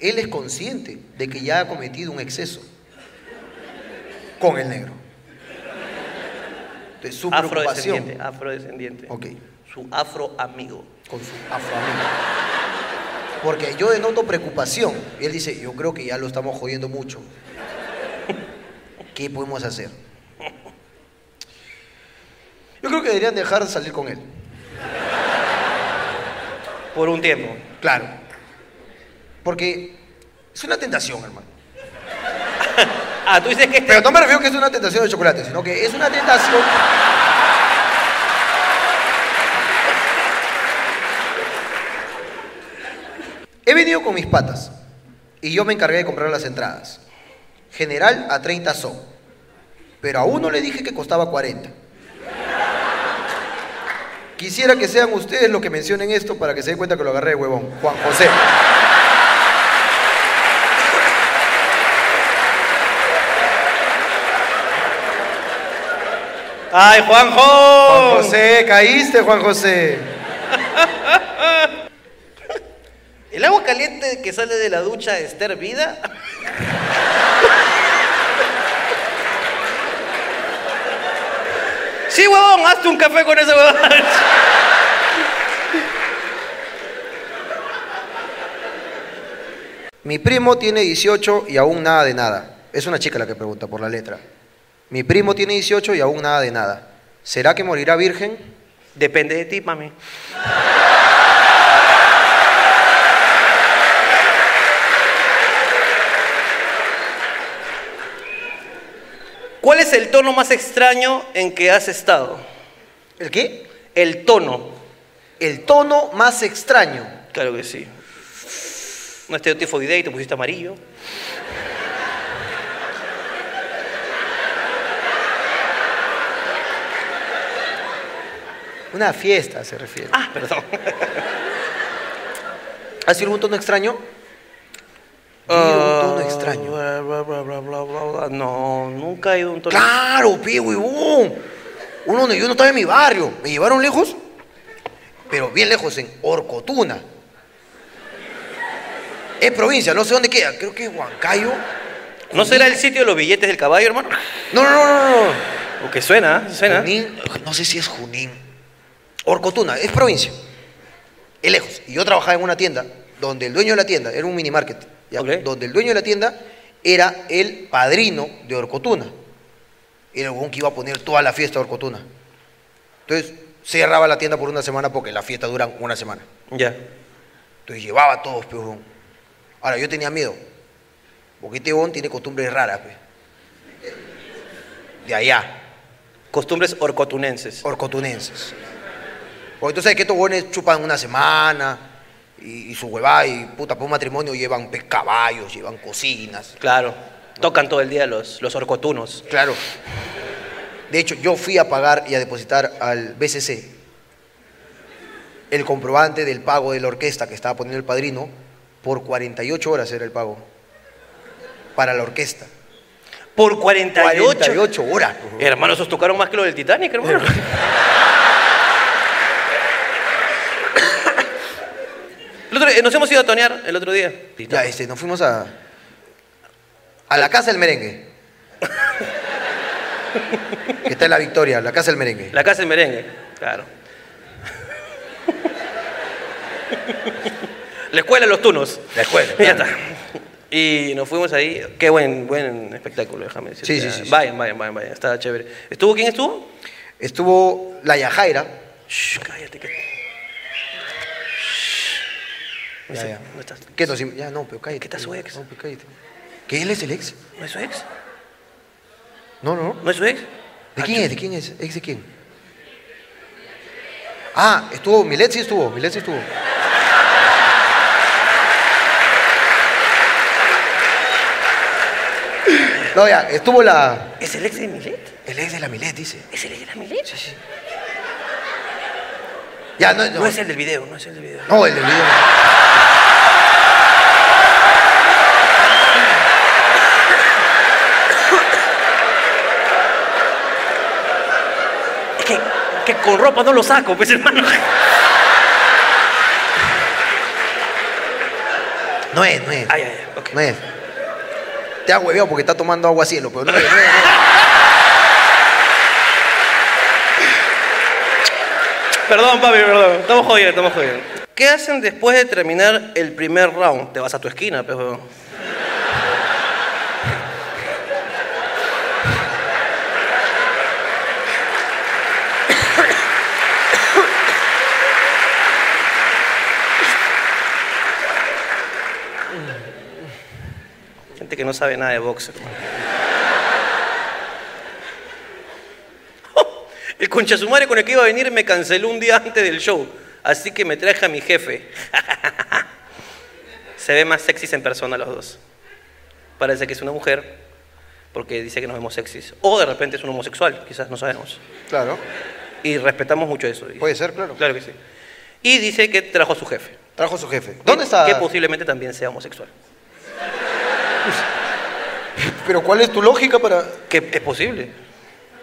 él es consciente de que ya ha cometido un exceso con el negro. De su
afrodescendiente,
preocupación.
afrodescendiente.
Ok.
Su afro amigo.
Con su afroamigo. Porque yo denoto preocupación. Y él dice, yo creo que ya lo estamos jodiendo mucho. ¿Qué podemos hacer? Yo creo que deberían dejar salir con él.
Por un tiempo.
Claro. Porque es una tentación, hermano.
Ah, tú dices que este-
Pero no me refiero que es una tentación de chocolate, sino que es una tentación. He venido con mis patas y yo me encargué de comprar las entradas. General a 30 son. Pero a uno le dije que costaba 40. Quisiera que sean ustedes los que mencionen esto para que se den cuenta que lo agarré de huevón. Juan José.
¡Ay, Juanjo!
Juan José, caíste, Juan José.
¿El agua caliente que sale de la ducha está hervida? sí, huevón, hazte un café con ese huevón.
Mi primo tiene 18 y aún nada de nada. Es una chica la que pregunta por la letra. Mi primo tiene 18 y aún nada de nada. ¿Será que morirá virgen?
Depende de ti, mami. ¿Cuál es el tono más extraño en que has estado?
¿El qué?
El tono.
El tono más extraño.
Claro que sí. No esté tifoidea y te pusiste amarillo.
Una fiesta se refiere.
Ah, perdón.
¿Ha sido algún tono extraño?
Ah,
un tono extraño.
bla, bla, bla, bla, bla, bla. No, nunca he ido a un tono.
Claro, pe, huevón. Uno donde yo no estaba en mi barrio. Me llevaron lejos, pero bien lejos, en Orcotuna. Es provincia, no sé dónde queda. Creo que es Huancayo.
¿No será el sitio de los billetes del caballo, hermano?
No, no, no, no. no.
O que suena, ¿eh? suena.
Junín, no sé si es Junín. Orcotuna, es provincia. Es lejos. Y yo trabajaba en una tienda donde el dueño de la tienda era un mini market. ¿ya?
Ok.
Donde el dueño de la tienda era el padrino de Orcotuna. Era el huevón que iba a poner toda la fiesta de Orcotuna. Entonces cerraba la tienda por una semana porque las fiestas duran una semana.
Ya.
Entonces llevaba a todos, pues, huevón. Ahora, yo tenía miedo. Porque este huevón tiene costumbres raras, pues. De allá
Costumbres orcotunenses.
orcotunenses. Porque tú sabes que estos hueones chupan una semana y, y su huevada y puta, por un matrimonio llevan pues, caballos, llevan cocinas.
Claro. Tocan todo el día los, los orcotunos.
Claro. De hecho, yo fui a pagar y a depositar al BCC el comprobante del pago de la orquesta que estaba poniendo el padrino por 48 horas era el pago para la orquesta.
Por 48.
48 horas.
Hermano, esos tocaron más que lo del Titanic, hermano. El otro- eh, nos hemos ido a tonear el otro día.
Ya, este, nos fuimos a. A la Casa del Merengue. que está en la Victoria, la Casa del Merengue.
La casa del merengue, claro. La escuela de los tunos.
La escuela.
Ya está. Y nos fuimos ahí. Qué buen, buen espectáculo, déjame decir.
Sí, sí, sí, sí.
Vayan, vayan, vayan, vayan. Estaba chévere. ¿Estuvo quién estuvo?
Estuvo la Yajaira.
Shh, cállate. Que... Shh.
Ya, ya.
¿No estás?
Que nos, im- ya, no, pero cállate.
¿Qué tal su ex?
No, pero cállate. ¿Que él es el ex?
¿No es su ex?
No, no, no.
¿No es su ex?
¿De quién es? ¿De quién es? ¿Ex de quién? Ah, estuvo. Milet sí estuvo. Milet sí estuvo. No, ya, estuvo la.
¿Es el ex de Milet?
El ex de la Milet, dice.
¿Es el ex de la Milet?
Ya, no,
No es el del video, no es el del video.
No, el del video.
Es que, que con ropa no lo saco, pues hermano.
No es, no es.
Ay, ay, ay. ok.
No es. Te ha hueveado porque está tomando agua cielo, pero no es. no es, no es.
Perdón, papi, perdón. Estamos jodiendo, estamos jodiendo. ¿Qué hacen después de terminar el primer round? Te vas a tu esquina, pues, huevón. Gente que no sabe nada de boxeo. El concha su madre con el que iba a venir me canceló un día antes del show. Así que me traje a mi jefe. Se ve más sexys en persona los dos. Parece que es una mujer, porque dice que nos vemos sexys. O de repente es un homosexual, quizás no sabemos.
Claro,
Y respetamos mucho eso.
puede ser, claro.
Claro que sí. Y dice que trajo a su jefe.
Trajo su jefe. ¿Dónde está?
Que posiblemente también sea homosexual.
Pero ¿cuál es tu lógica para...?
Que es posible.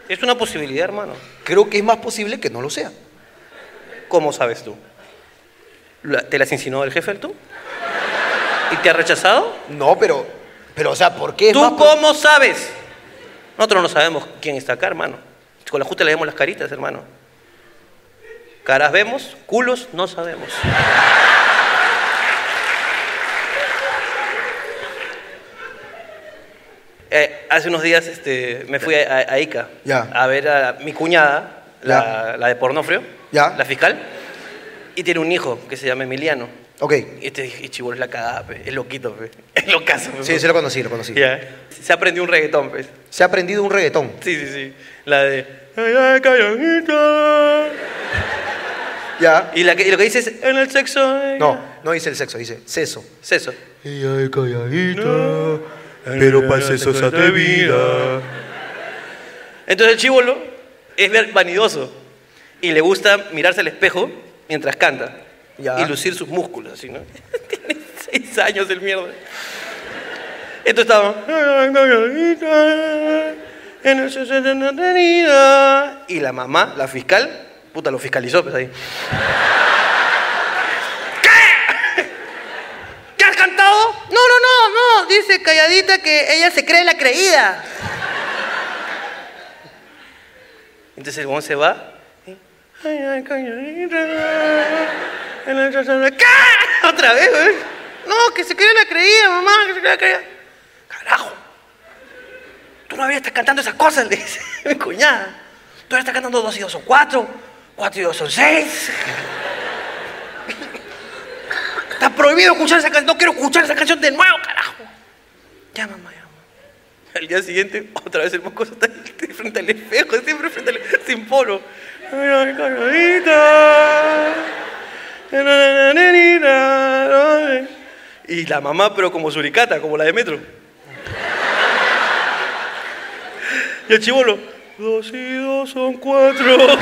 Es una posibilidad, hermano.
Creo que es más posible que no lo sea.
¿Cómo sabes tú? La- ¿Te las insinuó el jefe tú? ¿Y te ha rechazado?
No, pero... Pero, o sea, ¿por qué es más
¿Tú
pro-
cómo sabes? Nosotros no sabemos quién está acá, hermano. Con la justa le vemos las caritas, hermano. Caras vemos, culos no sabemos. Eh, hace unos días este, me fui a, a- a Ica
Ya.
a ver a mi cuñada, la, la de Pornofrio,
Ya.
la fiscal, y tiene un hijo que se llama Emiliano.
Ok.
Y este y chibolo es la cagada, pe, es loquito, pe. es locazo. pe.
Sí, sí lo conocí, lo conocí.
Ya. Se aprendió un reggaetón, pues.
Se ha aprendido un reggaetón.
Sí, sí, sí. La de. "Ay, ay, calladita".
Ya.
Y, la que- y lo que dice es. En el sexo. eh".
No, no dice el sexo, dice seso.
Es eso.
Ella es calladita, pero para eso es atrevida.
Entonces el chivolo es ver- vanidoso. Y le gusta mirarse al espejo mientras canta.
Ya.
Y lucir sus músculos, así, ¿no? Tiene seis años el mierda. Esto estaba. "Ay, ay, calladita, en el sexo es atrevida". Y la mamá, la fiscal, puta, lo fiscalizó, pues ahí. ¿Qué has cantado? No, no, no, no. Dice calladita que ella se cree la creída. Entonces el huevón se va. y, Ay, ay, calladita. en la chacha- ¿Qué? Otra vez, güey. No, que se cree la creída, mamá, que se cree la creída. Carajo. Tú no habías estar cantando esas cosas, le dice mi cuñada. Tú estás cantando dos y dos son cuatro, cuatro y dos son seis. Está prohibido escuchar esa canción. No quiero escuchar esa canción de nuevo, carajo. Ya, mamá, ya, mamá. Al día siguiente, otra vez el mocoso está frente al espejo, siempre frente al sin polo. Ay, ay, cargadita. Na, na, na, na, ni, na, na, na. Y la mamá, pero como suricata, como la de Metro. Y el chivolo, dos y dos son cuatro.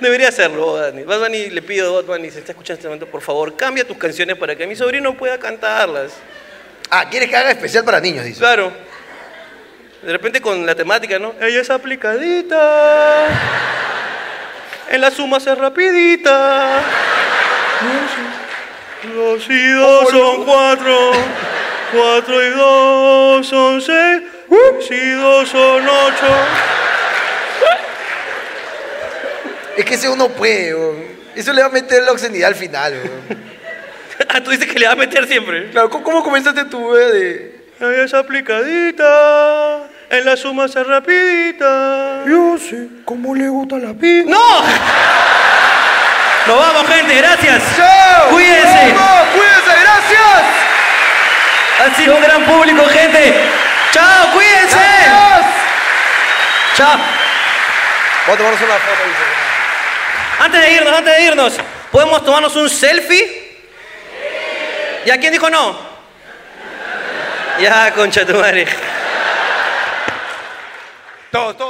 Debería hacerlo, Dani. Bad Bunny, le pido a Bad Bunny, si está escuchando este momento, por favor, cambia tus canciones para que mi sobrino pueda cantarlas.
Ah, ¿quieres que haga especial para niños? Dice.
Claro. De repente con la temática, ¿no? Ella es aplicadita. En la suma es rapidita. Dos y dos son cuatro. Cuatro y dos son seis. Seis y dos son ocho.
Es que ese uno puede, weón. Eso le va a meter la obscenidad al final, weón.
Ah, tú dices que le vas a meter siempre.
Claro, ¿cómo, cómo comenzaste tu weón de...?
Ella es aplicadita. En la suma es rapidita.
Yo sé cómo le gusta la pizza.
¡No! Nos vamos, gente. Gracias.
¡Chao!
Cuídense.
¡Vamos! ¡Cuídense! ¡Gracias!
Ha sido un gran público, gente. ¡Chao! ¡Cuídense!
¡Gracias!
¡Chao!
Vamos a tomarnos una foto, dice.
Antes de irnos, antes de irnos, ¿podemos tomarnos un selfie? ¿Y a quién dijo no? Ya, concha tu madre.
Todo, todo.